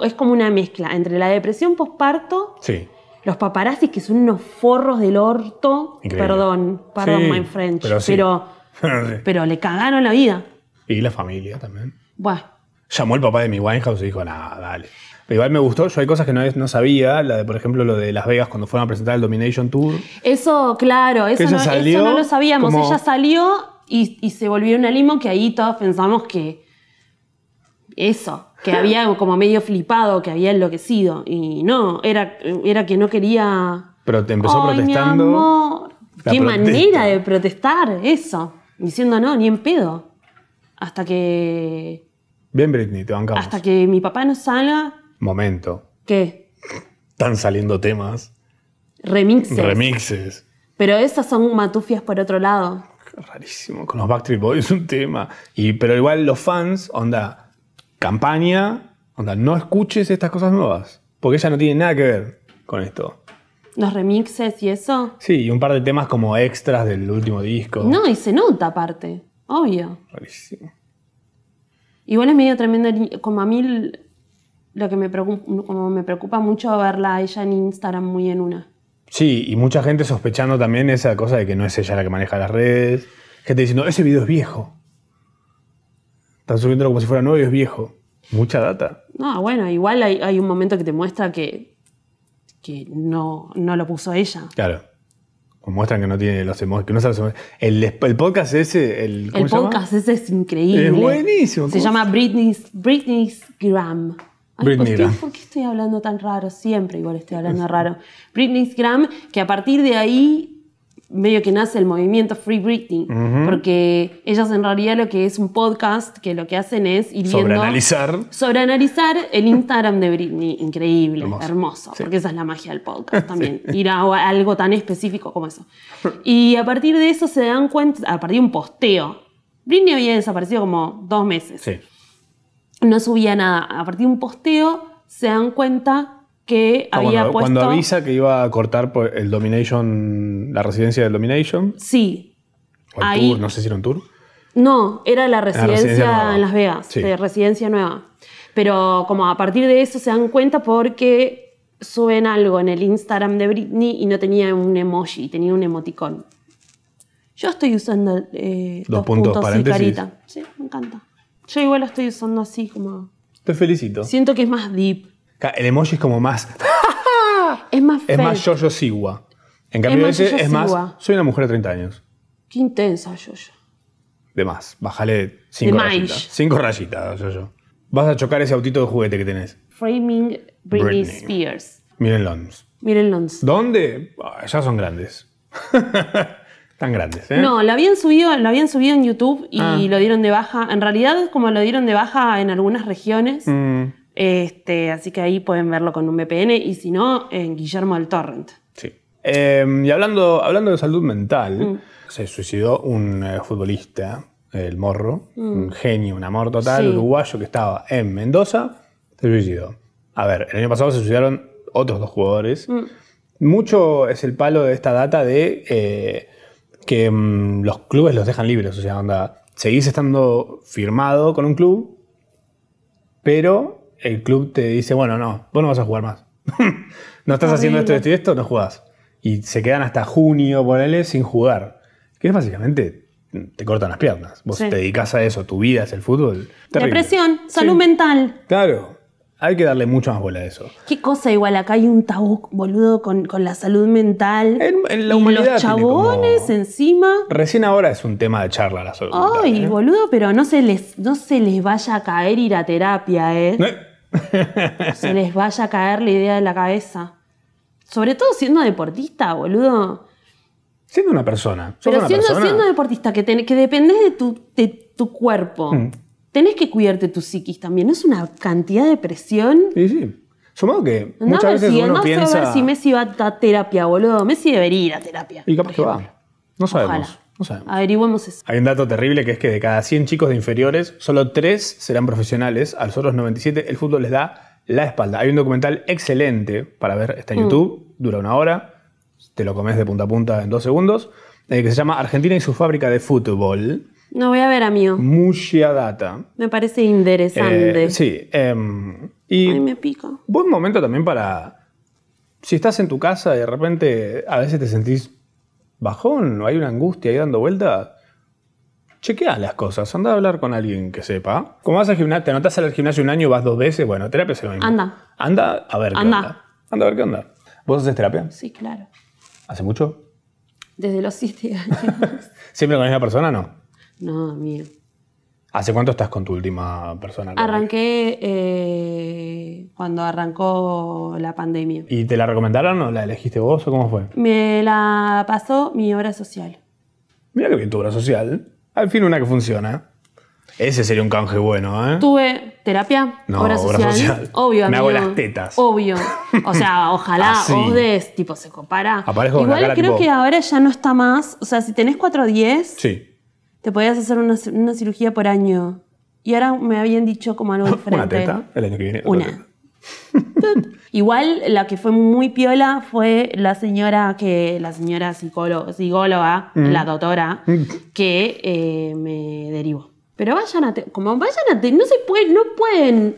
Speaker 2: es como una mezcla entre la depresión postparto,
Speaker 1: Sí.
Speaker 2: los paparazzis que son unos forros del orto.
Speaker 1: Increíble.
Speaker 2: Perdón, perdón
Speaker 1: Sí,
Speaker 2: my French.
Speaker 1: pero sí.
Speaker 2: pero, pero le cagaron la vida.
Speaker 1: y la familia también.
Speaker 2: Bueno,
Speaker 1: Llamó el papá de mi Winehouse y dijo, nada, dale. Pero igual me gustó, yo hay cosas que no, es- no sabía, la de, por ejemplo, lo de Las Vegas cuando fueron a presentar el Domination Tour.
Speaker 2: eso, claro, eso,
Speaker 1: ella
Speaker 2: no,
Speaker 1: salió
Speaker 2: eso no lo sabíamos.
Speaker 1: como-
Speaker 2: Ella salió y, y se volvió una limo que ahí todos pensamos que eso, que había como medio flipado, que había enloquecido. Y no, era, era que no quería.
Speaker 1: Pero te empezó
Speaker 2: "Ay, mi
Speaker 1: protestando.
Speaker 2: amor,
Speaker 1: La
Speaker 2: Qué
Speaker 1: protesta.
Speaker 2: manera de protestar, eso. Diciendo no, ni en pedo. Hasta que.
Speaker 1: Bien, Britney, te bancamos.
Speaker 2: Hasta que mi papá no salga,
Speaker 1: Momento.
Speaker 2: ¿qué?
Speaker 1: Están saliendo temas,
Speaker 2: Remixes.
Speaker 1: remixes.
Speaker 2: Pero esas son matufias por otro lado.
Speaker 1: Rarísimo, con los Backstreet Boys un tema. Y, pero igual los fans, onda, campaña, onda, no escuches estas cosas nuevas. Porque ella no tiene nada que ver con esto.
Speaker 2: Los remixes y eso.
Speaker 1: Sí, y un par de temas como extras del último disco.
Speaker 2: No, y se nota aparte, obvio.
Speaker 1: Rarísimo.
Speaker 2: Igual es medio tremendo, el- como a mí l- lo que me preocupa, como me preocupa mucho verla a ella en Instagram muy en una.
Speaker 1: Sí, y mucha gente sospechando también esa cosa de que no es ella la que maneja las redes. Gente diciendo, ese video es viejo. Están subiéndolo como si fuera nuevo y es viejo. Mucha data.
Speaker 2: No, bueno, igual hay, hay un momento que te muestra que, que no, no lo puso ella.
Speaker 1: Claro. muestran que no tiene los emojis, que no sabe los emojis. El, el podcast ese, el, ¿cómo
Speaker 2: El
Speaker 1: se llama?
Speaker 2: podcast ese es increíble.
Speaker 1: Es buenísimo.
Speaker 2: Se
Speaker 1: ¿Cómo
Speaker 2: llama Britney's, Britney's Gram. Ay,
Speaker 1: Britney
Speaker 2: ¿por, qué,
Speaker 1: Gram.
Speaker 2: por qué estoy hablando tan raro? Siempre igual estoy hablando raro. Britney's Gram, que a partir de ahí medio que nace el movimiento Free Britney. Porque ellas en realidad lo que es un podcast, que lo que hacen es ir viendo...
Speaker 1: Sobreanalizar.
Speaker 2: Sobreanalizar el Instagram de Britney, increíble,
Speaker 1: Hermoso.
Speaker 2: hermoso,
Speaker 1: Sí.
Speaker 2: porque esa es la magia del podcast también, ir a a algo tan específico como eso. Y a partir de eso se dan cuenta, a partir de un posteo, Britney había desaparecido como dos meses,
Speaker 1: Sí.
Speaker 2: no subía nada, a partir de un posteo se dan cuenta que
Speaker 1: No,
Speaker 2: había
Speaker 1: cuando,
Speaker 2: puesto...
Speaker 1: cuando avisa que iba a cortar por el Domination, la residencia del Domination,
Speaker 2: Sí,
Speaker 1: o el
Speaker 2: Ahí.
Speaker 1: tour, no sé si era un tour.
Speaker 2: no, era la
Speaker 1: Ah, residencia
Speaker 2: residencia
Speaker 1: nueva.
Speaker 2: en Las Vegas,
Speaker 1: Sí.
Speaker 2: de residencia nueva. Pero como a partir de eso se dan cuenta porque suben algo en el Instagram de Britney y no tenía un emoji, tenía un emoticón. Yo estoy usando eh,
Speaker 1: Dos
Speaker 2: dos,
Speaker 1: puntos,
Speaker 2: puntos, y
Speaker 1: paréntesis.
Speaker 2: carita. Sí, me encanta. Yo igual lo estoy usando así como...
Speaker 1: Te felicito.
Speaker 2: Siento que es más deep.
Speaker 1: Ca- El emoji es como más.
Speaker 2: Es más
Speaker 1: Es más
Speaker 2: fake.
Speaker 1: yo-yo Siwa. En cambio,
Speaker 2: más
Speaker 1: ese
Speaker 2: yo-yo
Speaker 1: es más.
Speaker 2: Siwa.
Speaker 1: Soy una mujer de 30 años.
Speaker 2: Qué intensa yo, yo.
Speaker 1: De más. Bájale 5
Speaker 2: De más.
Speaker 1: rayitas. 5 rayitas, yo-yo. Vas a chocar ese autito de juguete que tenés.
Speaker 2: Framing
Speaker 1: Britney.
Speaker 2: Britney, Spears.
Speaker 1: Mírenlo.
Speaker 2: Mírenlo.
Speaker 1: ¿Dónde? Ah, ya son grandes. Tan grandes, ¿eh?
Speaker 2: No, lo habían subido, lo habían subido en YouTube y
Speaker 1: Ah.
Speaker 2: lo dieron de baja. En realidad, como lo dieron de baja en algunas regiones,
Speaker 1: Mm,
Speaker 2: este, así que ahí pueden verlo con un VPN y si no, en Guillermo del Torrent.
Speaker 1: sí. Eh, y hablando, hablando de salud mental, se suicidó un eh, futbolista, el morro, un genio, un amor total,
Speaker 2: Sí.
Speaker 1: uruguayo que estaba en Mendoza, se suicidó. A ver, el año pasado se suicidaron otros dos jugadores. Mucho es el palo de esta data de eh, que mm, los clubes los dejan libres, o sea, onda, seguís estando firmado con un club, pero el club te dice, bueno, no, vos no vas a jugar más. no estás haciendo este esto,
Speaker 2: Horrible.
Speaker 1: esto y esto, no jugás. Y se quedan hasta junio, ponele, sin jugar. Que es básicamente, te cortan las piernas. Vos
Speaker 2: Sí.
Speaker 1: te dedicas a eso, tu vida es el fútbol. Terrible.
Speaker 2: Depresión,
Speaker 1: Sí.
Speaker 2: salud mental.
Speaker 1: Claro, hay que darle mucho más bola a eso.
Speaker 2: Qué cosa, igual acá hay un tabú, boludo, con, con la salud mental.
Speaker 1: En- en la
Speaker 2: Y
Speaker 1: humanidad tiene
Speaker 2: los chabones
Speaker 1: como-
Speaker 2: encima.
Speaker 1: Recién ahora es un tema de charla la salud. mental,
Speaker 2: Ay,
Speaker 1: ¿eh?
Speaker 2: boludo, pero no se les, no se les vaya a caer ir a terapia, eh. No se les vaya a caer la idea de la cabeza. Sobre todo siendo deportista, boludo.
Speaker 1: Siendo una persona. sos
Speaker 2: Pero
Speaker 1: una
Speaker 2: siendo,
Speaker 1: persona,
Speaker 2: siendo deportista, que, ten- que dependés de tu, de tu cuerpo,
Speaker 1: Mm.
Speaker 2: tenés que cuidarte tu psiquis también. Es una cantidad de presión.
Speaker 1: Y sí. Sumado que
Speaker 2: Andá
Speaker 1: muchas
Speaker 2: a ver
Speaker 1: veces
Speaker 2: si, andá
Speaker 1: uno
Speaker 2: a
Speaker 1: piensa.
Speaker 2: ver si Messi va a terapia, boludo. Messi debería ir a terapia.
Speaker 1: Y capaz que va. No sabemos.
Speaker 2: Ojalá.
Speaker 1: No sabemos.
Speaker 2: Averigüemos eso.
Speaker 1: Hay un dato terrible que es que de cada 100 chicos de inferiores, solo 3 serán profesionales. A los otros 97 el fútbol les da la espalda. Hay un documental excelente para ver,
Speaker 2: Mm.
Speaker 1: está en YouTube, dura una hora, te lo comes de punta a punta en dos segundos, eh, que se llama Argentina y su fábrica de fútbol.
Speaker 2: No voy a ver, amigo.
Speaker 1: Mucha data.
Speaker 2: Me parece
Speaker 1: Eh,
Speaker 2: interesante.
Speaker 1: sí. em, y
Speaker 2: Ay, me pico.
Speaker 1: Buen momento también para. Si estás en tu casa y de repente a veces te sentís bajón o hay una angustia ahí dando vuelta, chequea las cosas. Anda a hablar con alguien que sepa. Como vas al gimnasio, te anotás al gimnasio un año, vas dos veces, bueno, terapia es lo mismo.
Speaker 2: Anda.
Speaker 1: Anda a ver qué
Speaker 2: Anda.
Speaker 1: onda. Anda a ver qué onda. ¿Vos haces terapia?
Speaker 2: Sí, claro.
Speaker 1: ¿Hace mucho?
Speaker 2: Desde los siete años.
Speaker 1: ¿Siempre con la misma persona? No.
Speaker 2: no, amigo.
Speaker 1: ¿Hace cuánto estás con tu última persona?
Speaker 2: Arranqué eh, cuando arrancó la pandemia.
Speaker 1: ¿Y te la recomendaron o la elegiste vos o cómo fue?
Speaker 2: Me la pasó mi obra social.
Speaker 1: Mira qué bien tu obra social. Al fin una que funciona. Ese sería un canje bueno, ¿eh?
Speaker 2: Tuve terapia,
Speaker 1: No,
Speaker 2: obra,
Speaker 1: obra
Speaker 2: social,
Speaker 1: social.
Speaker 2: Obvio,
Speaker 1: Me hago
Speaker 2: amigo.
Speaker 1: las tetas.
Speaker 2: Obvio. O sea, ojalá
Speaker 1: Así.
Speaker 2: ODES, tipo, se compara.
Speaker 1: Aparezco con la
Speaker 2: Igual
Speaker 1: cara
Speaker 2: creo
Speaker 1: tipo-
Speaker 2: que ahora ya no está más. O sea, si tenés 410,
Speaker 1: Sí.
Speaker 2: te podías hacer una, cir- una cirugía por año. Y ahora me habían dicho como algo diferente.
Speaker 1: Una teta el año que viene. otra teta.
Speaker 2: Una. Tut. Igual la que fue muy piola fue la señora que, la señora psicóloga, psicóloga la doctora, que eh, me derivó. Pero vayan a, te- como vayan a, te- no se pueden, no pueden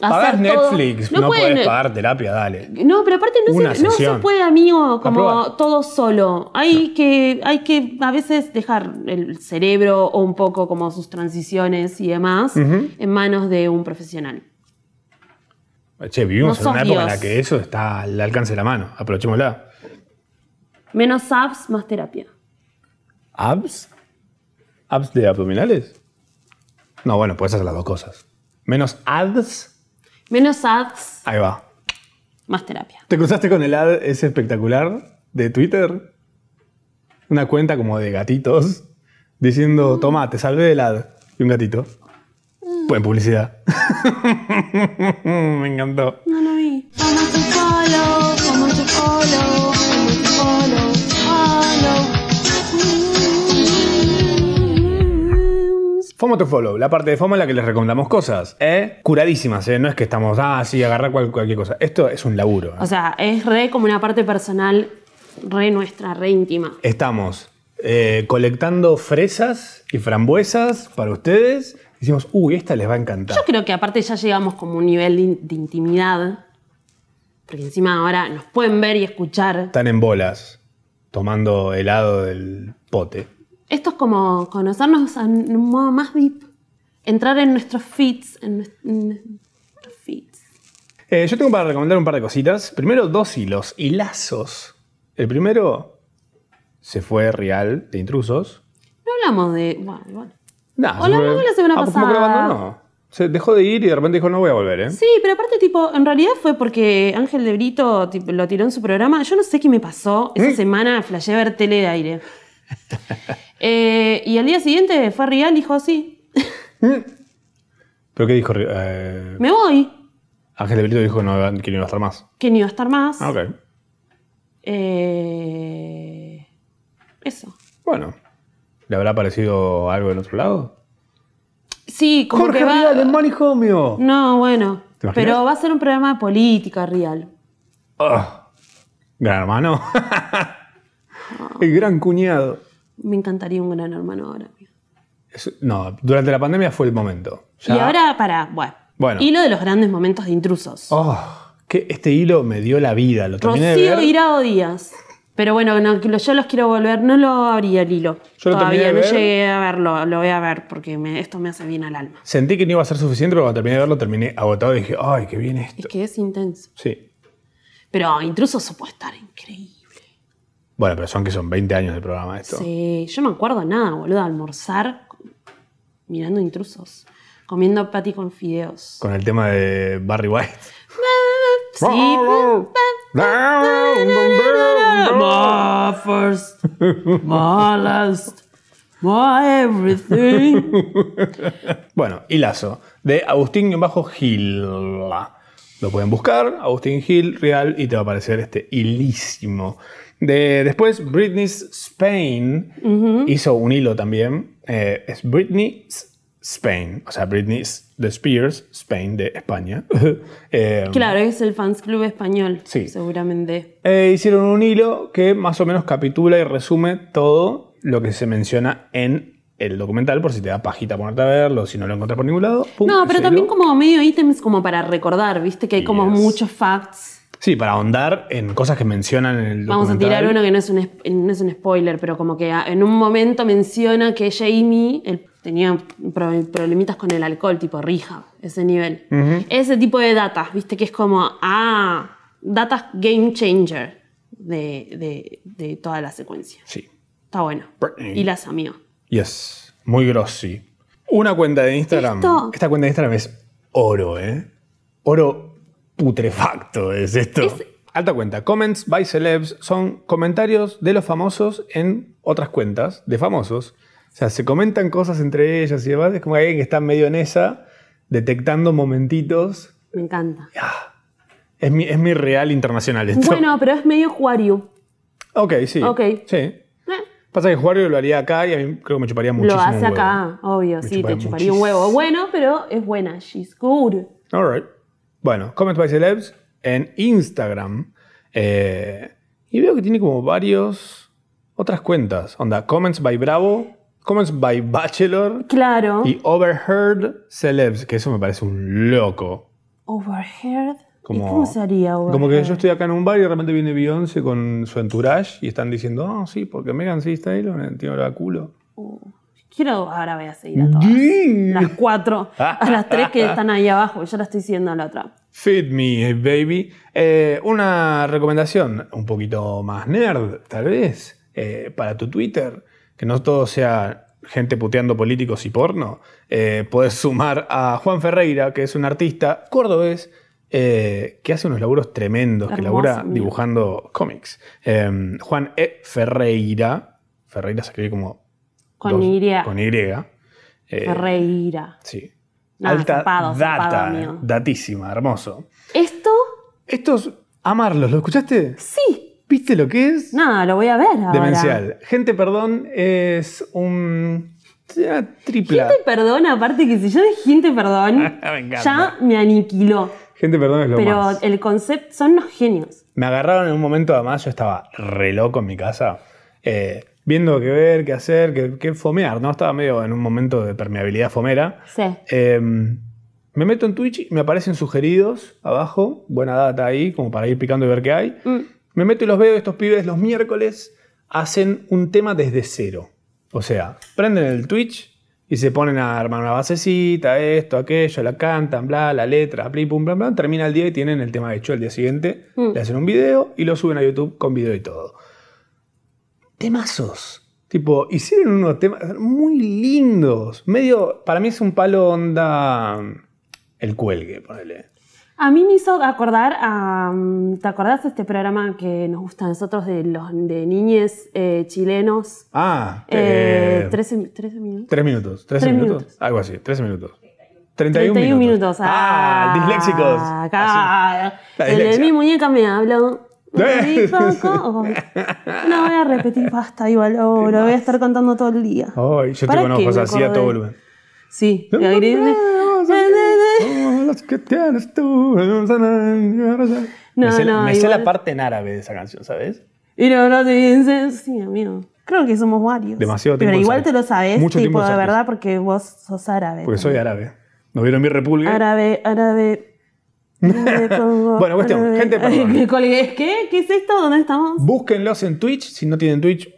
Speaker 1: Pagás
Speaker 2: hacer todo- eh,
Speaker 1: Netflix, no, podés pagar terapia, dale.
Speaker 2: No, pero aparte
Speaker 1: Una
Speaker 2: no se, no se
Speaker 1: sesión.
Speaker 2: puede, amigo,
Speaker 1: Aprobá.
Speaker 2: como todo solo. Hay que, hay que a veces dejar el cerebro o un poco como sus transiciones y demás en manos de un profesional.
Speaker 1: Che, vivimos
Speaker 2: No
Speaker 1: en una
Speaker 2: sos
Speaker 1: época en
Speaker 2: Dios.
Speaker 1: la que eso está al alcance de la mano. Aprovechémosla.
Speaker 2: Menos abs, más terapia.
Speaker 1: ¿Abs? ¿Abs de abdominales? No, bueno, puedes hacer las dos cosas. Menos ads.
Speaker 2: Menos abs,
Speaker 1: Ahí va.
Speaker 2: más terapia.
Speaker 1: ¿Te cruzaste con el ad ese espectacular de Twitter? Una cuenta como de gatitos diciendo, toma, te salvé del ad. Y un gatito. Buen publicidad. Me encantó.
Speaker 2: No lo vi.
Speaker 3: How much to follow, how much to follow, how much to follow, follow.
Speaker 1: FOMO to follow, la parte de FOMO en la que les recomendamos cosas. ¿eh? Curadísimas, ¿eh? No es que estamos, ah, sí, agarrar cual- cualquier cosa. Esto es un laburo. ¿eh?
Speaker 2: O sea, es re como una parte personal, re nuestra, re íntima.
Speaker 1: Estamos eh, colectando fresas y frambuesas para ustedes. Decimos, uy, esta les va a encantar.
Speaker 2: Yo creo que aparte ya llegamos como a un nivel de, in- de intimidad, porque encima ahora nos pueden ver y escuchar.
Speaker 1: Están en bolas, tomando helado del pote.
Speaker 2: Esto es como conocernos en un modo más deep, entrar en nuestros feeds, en, nues- en nuestros feeds.
Speaker 1: Eh, yo tengo para recomendar un par de cositas. Primero, dos hilos, hilazos. El primero se fue real de intrusos.
Speaker 2: No hablamos de... Bueno, bueno.
Speaker 1: Nah,
Speaker 2: O
Speaker 1: se fue-
Speaker 2: lo hablamos la semana
Speaker 1: Ah, pues como que
Speaker 2: pasada.
Speaker 1: abandonó. Se dejó de ir y de repente dijo, no voy a volver, ¿eh?
Speaker 2: Sí, pero aparte, tipo, en realidad fue porque Ángel de Brito tipo, lo tiró en su programa. Yo no sé qué me pasó.
Speaker 1: ¿Eh?
Speaker 2: Esa semana flashé ver tele de aire. Eh, y al día siguiente fue real y dijo, sí,
Speaker 1: ¿Pero qué dijo? eh,
Speaker 2: me voy,
Speaker 1: Ángel de Brito dijo no, que no iba a estar más.
Speaker 2: que no iba a estar más.
Speaker 1: Ah, ok.
Speaker 2: Eh, eso.
Speaker 1: Bueno, ¿le habrá parecido algo del otro lado?
Speaker 2: Sí, como que va...
Speaker 1: Rial en manicomio!
Speaker 2: No, bueno.
Speaker 1: ¿Te imaginas?
Speaker 2: Pero va a ser un programa de política real.
Speaker 1: Ugh. Gran hermano. El gran cuñado.
Speaker 2: Me encantaría un gran hermano ahora. amigo.
Speaker 1: Es- no, durante la pandemia fue el momento. Ya-
Speaker 2: Y ahora para, bueno.
Speaker 1: Bueno.
Speaker 2: Y lo de los grandes momentos de intrusos.
Speaker 1: Oh, que este hilo me dio la vida. Lo terminé de
Speaker 2: Rocío
Speaker 1: ver.
Speaker 2: Irao Díaz. Pero bueno, no, que lo- yo los quiero volver. No lo abrí el hilo.
Speaker 1: Yo lo terminé de
Speaker 2: Todavía no
Speaker 1: ver.
Speaker 2: llegué a verlo. Lo voy a ver porque me- esto me hace bien al alma.
Speaker 1: Sentí que no iba a ser suficiente, pero cuando terminé de verlo terminé agotado y dije, ay, qué bien
Speaker 2: Es
Speaker 1: esto.
Speaker 2: que es intenso.
Speaker 1: Sí.
Speaker 2: Pero intrusos se puede estar increíble.
Speaker 1: Bueno, pero son que son 20 años de programa esto.
Speaker 2: Sí, yo no acuerdo nada, boludo. de Almorzar mirando intrusos. Comiendo patty con fideos.
Speaker 1: Con el tema de Barry White.
Speaker 2: Sí. My first, my last, my everything.
Speaker 1: Bueno, Hilazo, de Agustín bajo Gil. Lo pueden buscar, Agustín Gil, real, y te va a aparecer este hilísimo. De, después, Britney Spain hizo un hilo también. eh, es Britney S- Spain, o sea, Britney S- de Spears, Spain, de España. Eh,
Speaker 2: Claro, es el fans club español.
Speaker 1: Sí.
Speaker 2: Seguramente.
Speaker 1: eh, hicieron un hilo que más o menos capitula y resume todo lo que se menciona en el documental, por si te da pajita ponerte a verlo, si no lo encontrás por ningún lado. pum,
Speaker 2: No, pero
Speaker 1: ese
Speaker 2: también
Speaker 1: hilo.
Speaker 2: como medio ítems como para recordar, viste que hay como
Speaker 1: Yes.
Speaker 2: muchos facts.
Speaker 1: Sí, para ahondar en cosas que mencionan en el
Speaker 2: Vamos a
Speaker 1: documental.
Speaker 2: tirar uno que no es, un, es- no es un spoiler, pero como que a- en un momento menciona que Jamie él tenía pro- problemitas con el alcohol, tipo rija, ese nivel. Ese tipo de datas, viste que es como, ah, datas game changer de, de- de toda la secuencia.
Speaker 1: Sí.
Speaker 2: Está bueno.
Speaker 1: Britney.
Speaker 2: Y las amigas.
Speaker 1: Yes. Muy grossi. Una cuenta de Instagram.
Speaker 2: Esto-
Speaker 1: Esta cuenta de Instagram es oro, ¿eh? Oro putrefacto es esto.
Speaker 2: Es-
Speaker 1: Alta cuenta. Comments by celebs son comentarios de los famosos en otras cuentas de famosos. O sea, se comentan cosas entre ellas y demás. Es como alguien que está medio en esa, detectando momentitos.
Speaker 2: Me encanta.
Speaker 1: Ah, es, mi, es mi real internacional esto.
Speaker 2: Bueno, pero es medio Eh. Juario.
Speaker 1: Ok, sí.
Speaker 2: Ok.
Speaker 1: Sí. Pasa que Juario lo haría acá y a mí creo que me chuparía muchísimo.
Speaker 2: Lo hace
Speaker 1: un huevo.
Speaker 2: acá, obvio,
Speaker 1: Me
Speaker 2: sí,
Speaker 1: chupa
Speaker 2: te chuparía un huevo. Bueno, pero es buena, she's good.
Speaker 1: All right. Bueno, Comment by Celebs en Instagram. Eh, y veo que tiene como varios otras cuentas. Onda, Comments by Bravo, Comments by Bachelor
Speaker 2: Claro.
Speaker 1: y Overheard Celebs, que eso me parece un loco.
Speaker 2: Overheard.
Speaker 1: Como-
Speaker 2: ¿Y cómo sería overheard?
Speaker 1: Como que yo estoy acá en un bar y de repente viene Beyoncé con su entourage y están diciendo, ah, sí, porque Megan sí está ahí, lo tiene la culo.
Speaker 2: Quiero, ahora voy a seguir a todas.
Speaker 1: Sí.
Speaker 2: Las cuatro, a las tres que están ahí abajo, yo la estoy siguiendo a la otra.
Speaker 1: Feed Me, Baby. Eh, una recomendación un poquito más nerd, tal vez, eh, para tu Twitter, que no todo sea gente puteando políticos y porno. Eh, puedes sumar a Juan Ferreira, que es un artista cordobés. eh, que hace unos laburos tremendos, que
Speaker 2: Hermoso,
Speaker 1: labura
Speaker 2: mira.
Speaker 1: dibujando cómics. Eh, Juan E. Ferreira, Ferreira se escribe como
Speaker 2: Con
Speaker 1: dos-
Speaker 2: Y.
Speaker 1: Con Y. eh,
Speaker 2: Ferreira.
Speaker 1: Sí.
Speaker 2: Nada,
Speaker 1: Alta
Speaker 2: zarpado,
Speaker 1: data,
Speaker 2: zarpado, amigo.
Speaker 1: datísima, hermoso.
Speaker 2: Esto,
Speaker 1: Estos, amarlos, ¿lo escuchaste?
Speaker 2: sí.
Speaker 1: ¿Viste lo que es?
Speaker 2: Nada, lo voy a ver ahora.
Speaker 1: Demencial. Gente, perdón, es un... ya, tripla.
Speaker 2: Gente perdón, aparte que si yo de gente perdón,
Speaker 1: Me encanta.
Speaker 2: ya me aniquiló.
Speaker 1: Gente, perdón es lo
Speaker 2: Pero
Speaker 1: más.
Speaker 2: el concepto son los genios.
Speaker 1: Me agarraron en un momento, además, yo estaba re loco en mi casa, eh, viendo qué ver, qué hacer, qué, qué fomear, ¿no? Estaba medio en un momento de permeabilidad fomera.
Speaker 2: Sí.
Speaker 1: Eh, me meto en Twitch y me aparecen sugeridos abajo, buena data ahí, como para ir picando y ver qué hay.
Speaker 2: Mm.
Speaker 1: Me meto y los veo, estos pibes los miércoles hacen un tema desde cero. O sea, prenden el Twitch y se ponen a armar una basecita, esto, aquello, la cantan, bla, la letra, pli, pum, bla, bla. Termina el día y tienen el tema hecho. El día siguiente
Speaker 2: Mm.
Speaker 1: le hacen un video y lo suben a YouTube con video y todo. Temazos. Tipo, hicieron unos temas muy lindos. Medio, para mí es un palo onda. mm, El cuelgue, ponele.
Speaker 2: A mí me hizo acordar a. mm, ¿Te acordás de este programa que nos gusta a nosotros de los de niñes eh, chilenos?
Speaker 1: Ah,
Speaker 2: Eh,
Speaker 1: eh,
Speaker 2: 13, 13 minutos.
Speaker 1: 3 minutos. 13
Speaker 2: Tres
Speaker 1: minutos.
Speaker 2: minutos.
Speaker 1: Algo así, 13 minutos. 31, minutos. Ah, disléxicos. Así.
Speaker 2: Acá.
Speaker 1: La
Speaker 2: El de
Speaker 1: dislexia.
Speaker 2: mi muñeca me habló. Me
Speaker 1: Eh.
Speaker 2: dijo co- No voy a repetir, basta, igual, oh, lo voy a estar contando todo el día.
Speaker 1: Ay, yo te
Speaker 2: ¿Para qué
Speaker 1: conozco, o sea,
Speaker 2: me
Speaker 1: así a todo
Speaker 2: acordé?
Speaker 1: volumen.
Speaker 2: Sí, le agregué-
Speaker 1: Oh, los que tienes tú. Me sé,
Speaker 2: no,
Speaker 1: me sé
Speaker 2: igual-
Speaker 1: la parte en árabe de esa canción, ¿sabes?
Speaker 2: Y no, no te pienses. Sí, amigo. Creo que somos varios.
Speaker 1: Demasiado
Speaker 2: Pero
Speaker 1: tiempo lo
Speaker 2: igual
Speaker 1: sabes.
Speaker 2: te lo sabes,
Speaker 1: Mucho tiempo
Speaker 2: tipo,
Speaker 1: lo
Speaker 2: de
Speaker 1: sabes.
Speaker 2: verdad, porque vos sos árabe.
Speaker 1: Porque soy árabe. ¿No vieron mi repulgue?
Speaker 2: Árabe, árabe. árabe, pongo,
Speaker 1: Bueno, cuestión, gente, perdón.
Speaker 2: Me colgué. ¿Qué? ¿Qué es esto? ¿Dónde estamos?
Speaker 1: Búsquenlos en Twitch. Si no tienen Twitch,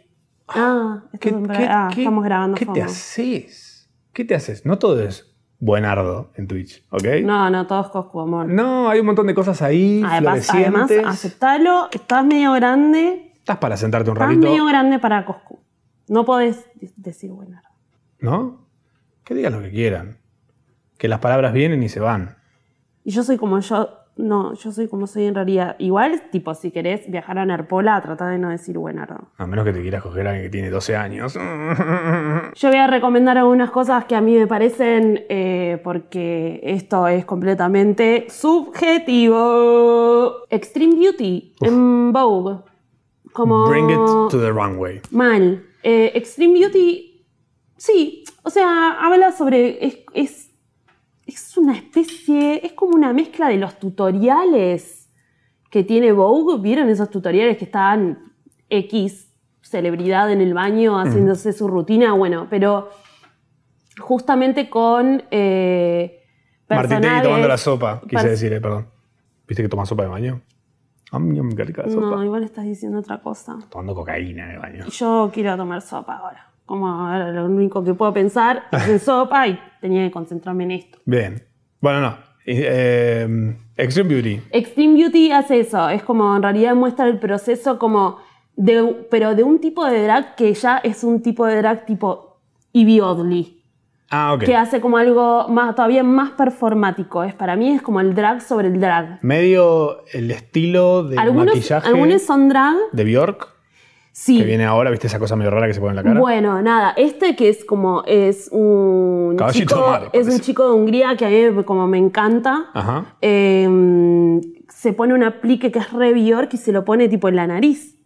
Speaker 2: Ah, esto es un programa- ah, estamos grabando.
Speaker 1: ¿Qué te
Speaker 2: fomo.
Speaker 1: haces? ¿Qué te haces? No todo es buenardo en Twitch, ¿ok? No,
Speaker 2: No, no, todos Coscu, amor.
Speaker 1: hay un montón de cosas ahí.
Speaker 2: además, además,
Speaker 1: florecientes.
Speaker 2: aceptalo. Estás medio grande.
Speaker 1: Estás para sentarte un
Speaker 2: Estás
Speaker 1: ratito.
Speaker 2: medio grande para Coscu. No podés de- decir buena.
Speaker 1: ¿No? Que digan lo que quieran. Que las palabras vienen y se van.
Speaker 2: Y yo soy como yo. No, yo soy como soy en realidad. Igual, tipo, si querés viajar a Nerpola, trata de no decir buenardo.
Speaker 1: A menos que te quieras coger a alguien que tiene 12 años.
Speaker 2: Yo voy a recomendar algunas cosas que a mí me parecen, eh, porque esto es completamente subjetivo. Extreme Beauty en Vogue. Como
Speaker 1: Bring it to the runway.
Speaker 2: Mal. Eh, Extreme Beauty, sí, o sea, habla sobre. Es, es, es una especie. Es como una mezcla de los tutoriales que tiene Vogue. ¿Vieron esos tutoriales que estaban X celebridad en el baño haciéndose su rutina? Bueno, pero justamente con. Eh,
Speaker 1: Martín y
Speaker 2: personajes-
Speaker 1: tomando la sopa, quise
Speaker 2: pers-
Speaker 1: decir, eh, perdón. ¿Viste que toma sopa de baño? Am, ñam, qué rica la sopa.
Speaker 2: No, igual estás diciendo otra cosa.
Speaker 1: Tomando cocaína de baño.
Speaker 2: Y Yo quiero tomar sopa ahora. Como ahora lo único que puedo pensar es en sopa y tenía que concentrarme en esto.
Speaker 1: Bien. Bueno, no. Eh, eh, Extreme Beauty.
Speaker 2: Extreme Beauty hace eso, es como en realidad muestra el proceso como de, pero de un tipo de drag que ya es un tipo de drag tipo Evie Oddly,
Speaker 1: Ah, ok.
Speaker 2: que hace como algo más, todavía más performático. Es, para mí es como el drag sobre el drag.
Speaker 1: Medio el estilo de
Speaker 2: Algunos,
Speaker 1: maquillaje
Speaker 2: algunos son drag,
Speaker 1: de Bjork,
Speaker 2: sí.
Speaker 1: que viene ahora, ¿viste esa cosa medio rara que se pone en la cara?
Speaker 2: Bueno, nada, este que es como es un
Speaker 1: Caballito
Speaker 2: chico,
Speaker 1: de mar,
Speaker 2: es un
Speaker 1: parece. Ah.
Speaker 2: chico de Hungría que a mí me- como me encanta.
Speaker 1: Ajá.
Speaker 2: Eh, se pone un aplique que es re Bjork y se lo pone tipo en la nariz.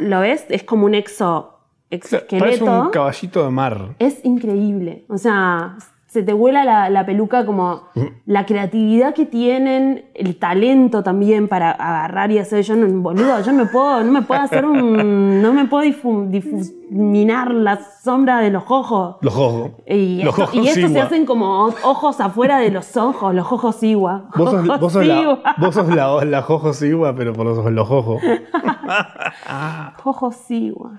Speaker 2: ¿Lo ves? Es como un exo
Speaker 1: Parece un
Speaker 2: exoesqueleto.
Speaker 1: caballito de mar.
Speaker 2: Es increíble. O sea, se te vuela la, la peluca como
Speaker 1: Mm.
Speaker 2: la creatividad que tienen, el talento también para agarrar y hacer. Yo no, boludo, yo me puedo, no me puedo hacer un. No me puedo difu- difuminar la sombra de los ojos.
Speaker 1: Los ojos.
Speaker 2: Y,
Speaker 1: los
Speaker 2: esto-
Speaker 1: ojos
Speaker 2: y estos se
Speaker 1: igua.
Speaker 2: hacen como o- ojos afuera de los ojos, los ojos igua.
Speaker 1: Vos sos,
Speaker 2: Ojos
Speaker 1: vos sos la,
Speaker 2: igua.
Speaker 1: vos sos la, la jojo sigua, pero por los, los ojos.
Speaker 2: Ojos igua.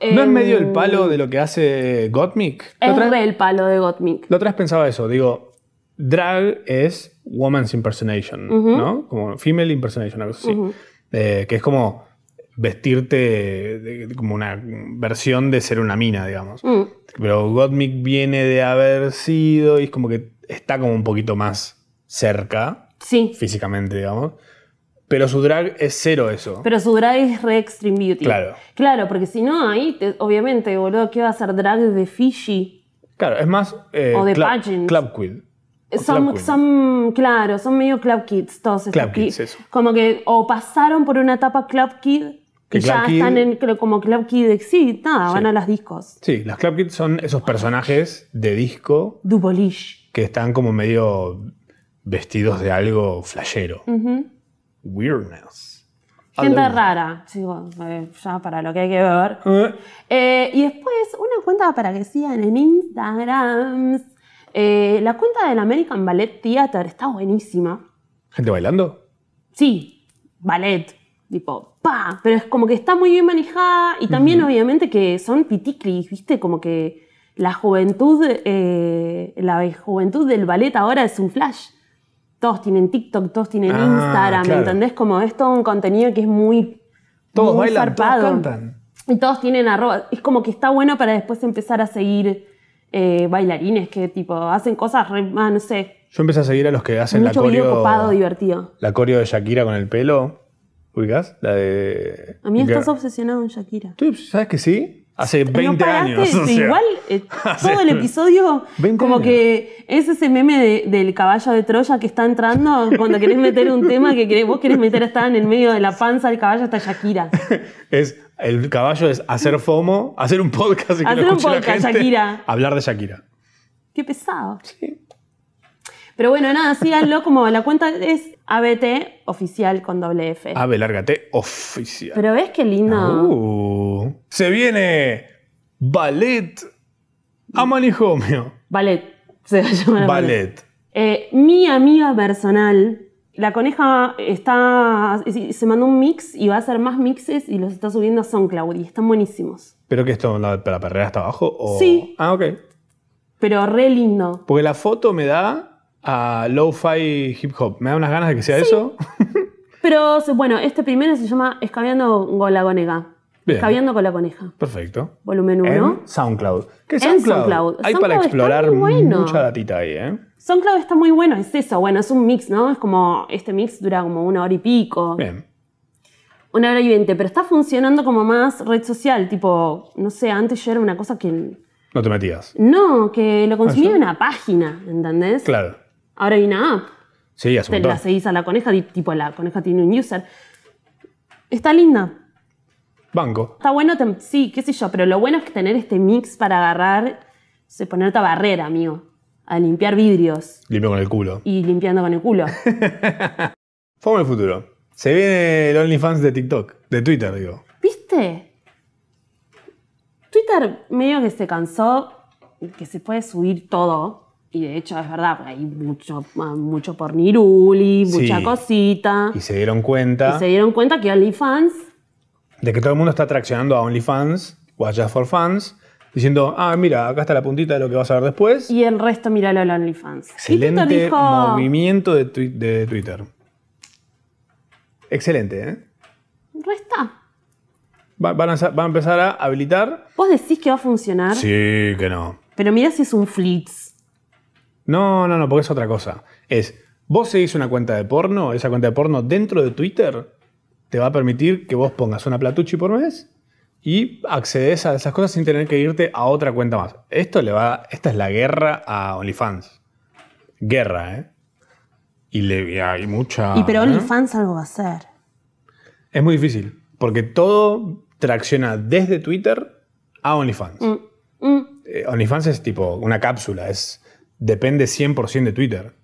Speaker 1: ¿No es
Speaker 2: Em,
Speaker 1: medio el palo de lo que hace Gottmik? La
Speaker 2: Es
Speaker 1: otra,
Speaker 2: re el palo de Gottmik.
Speaker 1: la otra vez pensaba eso, digo, drag es woman's impersonation,
Speaker 2: Ujú.
Speaker 1: ¿no? Como female impersonation, algo así. Eh, que es como vestirte de- de- como una versión de ser una mina, digamos.
Speaker 2: Mm.
Speaker 1: Pero Gottmik viene de haber sido y es como que está como un poquito más cerca
Speaker 2: Sí.
Speaker 1: físicamente, digamos. Pero su drag es cero eso.
Speaker 2: Pero su drag es re Extreme Beauty.
Speaker 1: Claro.
Speaker 2: Claro, porque si no, ahí, te- obviamente, boludo, ¿qué va a hacer drag de Fiji?
Speaker 1: claro, es más... eh,
Speaker 2: O de
Speaker 1: cla-
Speaker 2: pageant.
Speaker 1: Club Queen. O club
Speaker 2: Son,
Speaker 1: queen.
Speaker 2: son, claro, son medio club kids todos estos
Speaker 1: Club
Speaker 2: ki-
Speaker 1: kids, eso.
Speaker 2: Como que o pasaron por una etapa club kid
Speaker 1: Que
Speaker 2: y
Speaker 1: club
Speaker 2: ya
Speaker 1: kid-
Speaker 2: están en, creo, como club kid, ex- sí, nada,
Speaker 1: Sí.
Speaker 2: van a las discos.
Speaker 1: Sí, las Club Kids son esos personajes de disco
Speaker 2: Dubolish.
Speaker 1: que están como medio vestidos de algo flashero.
Speaker 2: Ujú.
Speaker 1: Weirdness.
Speaker 2: Gente
Speaker 1: Algo.
Speaker 2: rara, chicos, eh, ya para lo que hay que ver.
Speaker 1: Eh,
Speaker 2: Eh, y después, una cuenta para que sigan en Instagram. Eh, la cuenta del American Ballet Theater está buenísima.
Speaker 1: ¿Gente bailando?
Speaker 2: Sí, ballet, tipo, pa, pero es como que está muy bien manejada y también obviamente que son piticlis, ¿viste? Como que la juventud, eh, la juventud del ballet ahora es un flash. Todos tienen TikTok, todos tienen
Speaker 1: Ah,
Speaker 2: Instagram,
Speaker 1: claro.
Speaker 2: ¿entendés? Como es todo un contenido que es muy,
Speaker 1: Todos
Speaker 2: muy
Speaker 1: bailan, todos
Speaker 2: zarpado.
Speaker 1: cantan.
Speaker 2: Y todos tienen arroba. Es como que está bueno para después empezar a seguir eh, bailarines que tipo hacen cosas, re- ah, no sé,
Speaker 1: Yo empecé a seguir a los que hacen la
Speaker 2: mucho
Speaker 1: coreo.
Speaker 2: video copado, divertido.
Speaker 1: la coreo de Shakira con el pelo. ¿Ubicás? La de.
Speaker 2: A mí estás
Speaker 1: Girl-
Speaker 2: obsesionado con Shakira.
Speaker 1: Tú, ¿Sabes que sí? Hace 20
Speaker 2: no paraste,
Speaker 1: años. o
Speaker 2: sí,
Speaker 1: sea.
Speaker 2: igual eh,
Speaker 1: Hace
Speaker 2: todo el episodio
Speaker 1: 20
Speaker 2: como
Speaker 1: años.
Speaker 2: que es ese meme de- del caballo de Troya que está entrando cuando querés meter un tema que querés- vos querés meter está en el medio de la panza del caballo está Shakira.
Speaker 1: Es, el caballo es hacer FOMO, hacer un podcast y que lo
Speaker 2: Hacer un
Speaker 1: escuche la
Speaker 2: podcast,
Speaker 1: gente,
Speaker 2: Shakira.
Speaker 1: Hablar de Shakira.
Speaker 2: Qué pesado.
Speaker 1: Sí.
Speaker 2: Pero bueno, nada, síganlo como la cuenta es ABT oficial con doble F.
Speaker 1: Ave, lárgate oficial.
Speaker 2: Eh. Pero ves qué lindo.
Speaker 1: Uh, se viene Ballet a Manijomio.
Speaker 2: Ballet. Se va a llamar
Speaker 1: Ballet.
Speaker 2: Eh, mi amiga personal, la coneja está. Se mandó un mix y va a hacer más mixes y los está subiendo a SoundCloud y están buenísimos.
Speaker 1: ¿Pero que esto? ¿La, la perrera hasta abajo? o-
Speaker 2: Sí.
Speaker 1: Ah, ok.
Speaker 2: Pero re lindo.
Speaker 1: Porque la foto me da a lo-fi hip hop. Me da unas ganas de que sea eso.
Speaker 2: Pero se- bueno, este primero se llama Escabeando con la coneja.
Speaker 1: Bien.
Speaker 2: Escabeando con la coneja.
Speaker 1: Perfecto.
Speaker 2: Volumen 1.
Speaker 1: En SoundCloud. ¿Qué es
Speaker 2: En
Speaker 1: SoundCloud?
Speaker 2: SoundCloud.
Speaker 1: Hay
Speaker 2: SoundCloud
Speaker 1: para
Speaker 2: está
Speaker 1: explorar
Speaker 2: muy bueno.
Speaker 1: mucha datita ahí, ¿eh?
Speaker 2: SoundCloud está muy bueno, es eso. Bueno, es un mix, ¿no? Es como. Este mix dura como una hora y pico.
Speaker 1: Bien.
Speaker 2: Una hora y veinte. Pero está funcionando como más red social. Tipo, no sé, antes yo era una cosa que.
Speaker 1: No te metías.
Speaker 2: No, que lo consumía
Speaker 1: Ah,
Speaker 2: en
Speaker 1: ¿sí?
Speaker 2: una página, ¿entendés?
Speaker 1: Claro.
Speaker 2: Ahora hay una app,
Speaker 1: Sí, hace un
Speaker 2: te la
Speaker 1: montón.
Speaker 2: seguís a la coneja, di- tipo la coneja tiene un user. Está linda.
Speaker 1: Banco.
Speaker 2: Está bueno, tem- sí, qué sé yo, pero lo bueno es que tener este mix para agarrar, no sé, ponerte a barrera, amigo, a limpiar vidrios
Speaker 1: Limpio con el culo.
Speaker 2: y limpiando con el culo.
Speaker 1: Fome el futuro. Se viene el OnlyFans de TikTok. De Twitter, digo.
Speaker 2: ¿Viste? Twitter medio que se cansó que se puede subir todo. Y de hecho es verdad, porque hay mucho, ah, mucho porniruli,
Speaker 1: Sí.
Speaker 2: mucha cosita.
Speaker 1: Y se dieron cuenta
Speaker 2: Ah. Y se dieron cuenta que OnlyFans,
Speaker 1: de que todo el mundo está atraccionando a OnlyFans o a Just for Fans, diciendo, ah, mira, acá está la puntita de lo que vas a ver después.
Speaker 2: y el resto míralo al OnlyFans. y
Speaker 1: Excelente
Speaker 2: Twitter dijo,
Speaker 1: movimiento de, twi- de Twitter. Excelente, ¿eh?
Speaker 2: resta.
Speaker 1: Va, van a, sa- va a empezar a habilitar.
Speaker 2: Vos decís que va a funcionar,
Speaker 1: Sí, que no.
Speaker 2: pero mirá si es un flitz.
Speaker 1: No, no, no, porque es otra cosa. Es, vos seguís una cuenta de porno, esa cuenta de porno dentro de Twitter te va a permitir que vos pongas una platuchi por mes y accedes a esas cosas sin tener que irte a otra cuenta más. Esto le va, esta es la guerra a OnlyFans. Guerra, ¿eh? Y le y hay mucha...
Speaker 2: y pero
Speaker 1: ¿eh?
Speaker 2: OnlyFans algo va a ser.
Speaker 1: Es muy difícil, porque todo tracciona desde Twitter a OnlyFans.
Speaker 2: Mm, mm.
Speaker 1: Eh, OnlyFans es tipo una cápsula, es, depende 100% de Twitter.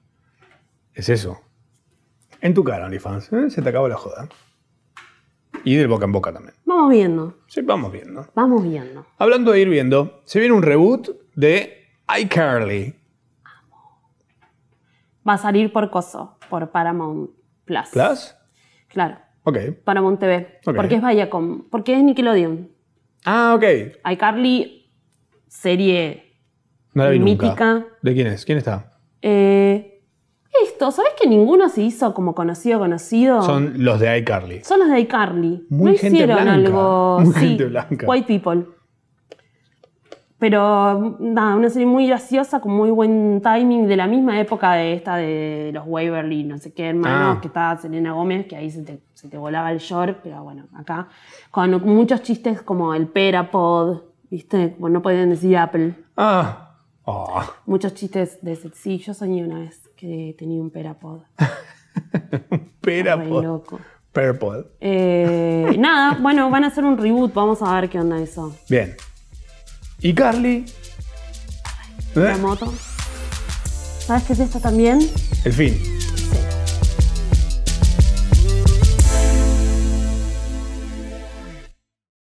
Speaker 1: Es eso. En tu cara, OnlyFans. ¿eh? Se te acabó la joda. Y del boca en boca también.
Speaker 2: Vamos viendo,
Speaker 1: Sí, vamos viendo.
Speaker 2: vamos viendo.
Speaker 1: Hablando de ir viendo, se viene un reboot de iCarly.
Speaker 2: Va a salir por coso, por Paramount Plus.
Speaker 1: ¿Plus?
Speaker 2: Claro,
Speaker 1: Ok.
Speaker 2: Paramount TV.
Speaker 1: Ok.
Speaker 2: Porque es Viacom, porque es Nickelodeon.
Speaker 1: Ah, ok.
Speaker 2: iCarly, serie
Speaker 1: No la vi
Speaker 2: Mítica.
Speaker 1: nunca. ¿De quién es? ¿Quién está?
Speaker 2: Eh, es- esto, ¿sabés que ninguno se hizo como conocido, conocido?
Speaker 1: Son los de iCarly.
Speaker 2: Son los de iCarly.
Speaker 1: Muy
Speaker 2: no
Speaker 1: gente
Speaker 2: hicieron
Speaker 1: blanca,
Speaker 2: algo.
Speaker 1: muy
Speaker 2: sí,
Speaker 1: gente blanca.
Speaker 2: White people. Pero nada, una serie muy graciosa, con muy buen timing, de la misma época de esta de los Waverly, no sé qué hermanos,
Speaker 1: Ah.
Speaker 2: que estaba Selena Gómez, que ahí se te, se te volaba el short, pero bueno, acá. Con muchos chistes como el Perapod, ¿viste? Como no pueden decir Apple.
Speaker 1: Ah. Oh.
Speaker 2: Muchos chistes de ese. Sí, yo soñé una vez que tenía un Perapod. Re
Speaker 1: Perapod.
Speaker 2: loco.
Speaker 1: Perapod.
Speaker 2: Eh, nada, bueno, van a hacer un reboot, vamos a ver qué onda eso.
Speaker 1: Bien. Y Carly. ¿Eh?
Speaker 2: La moto. ¿Sabes qué es esto también?
Speaker 1: El fin.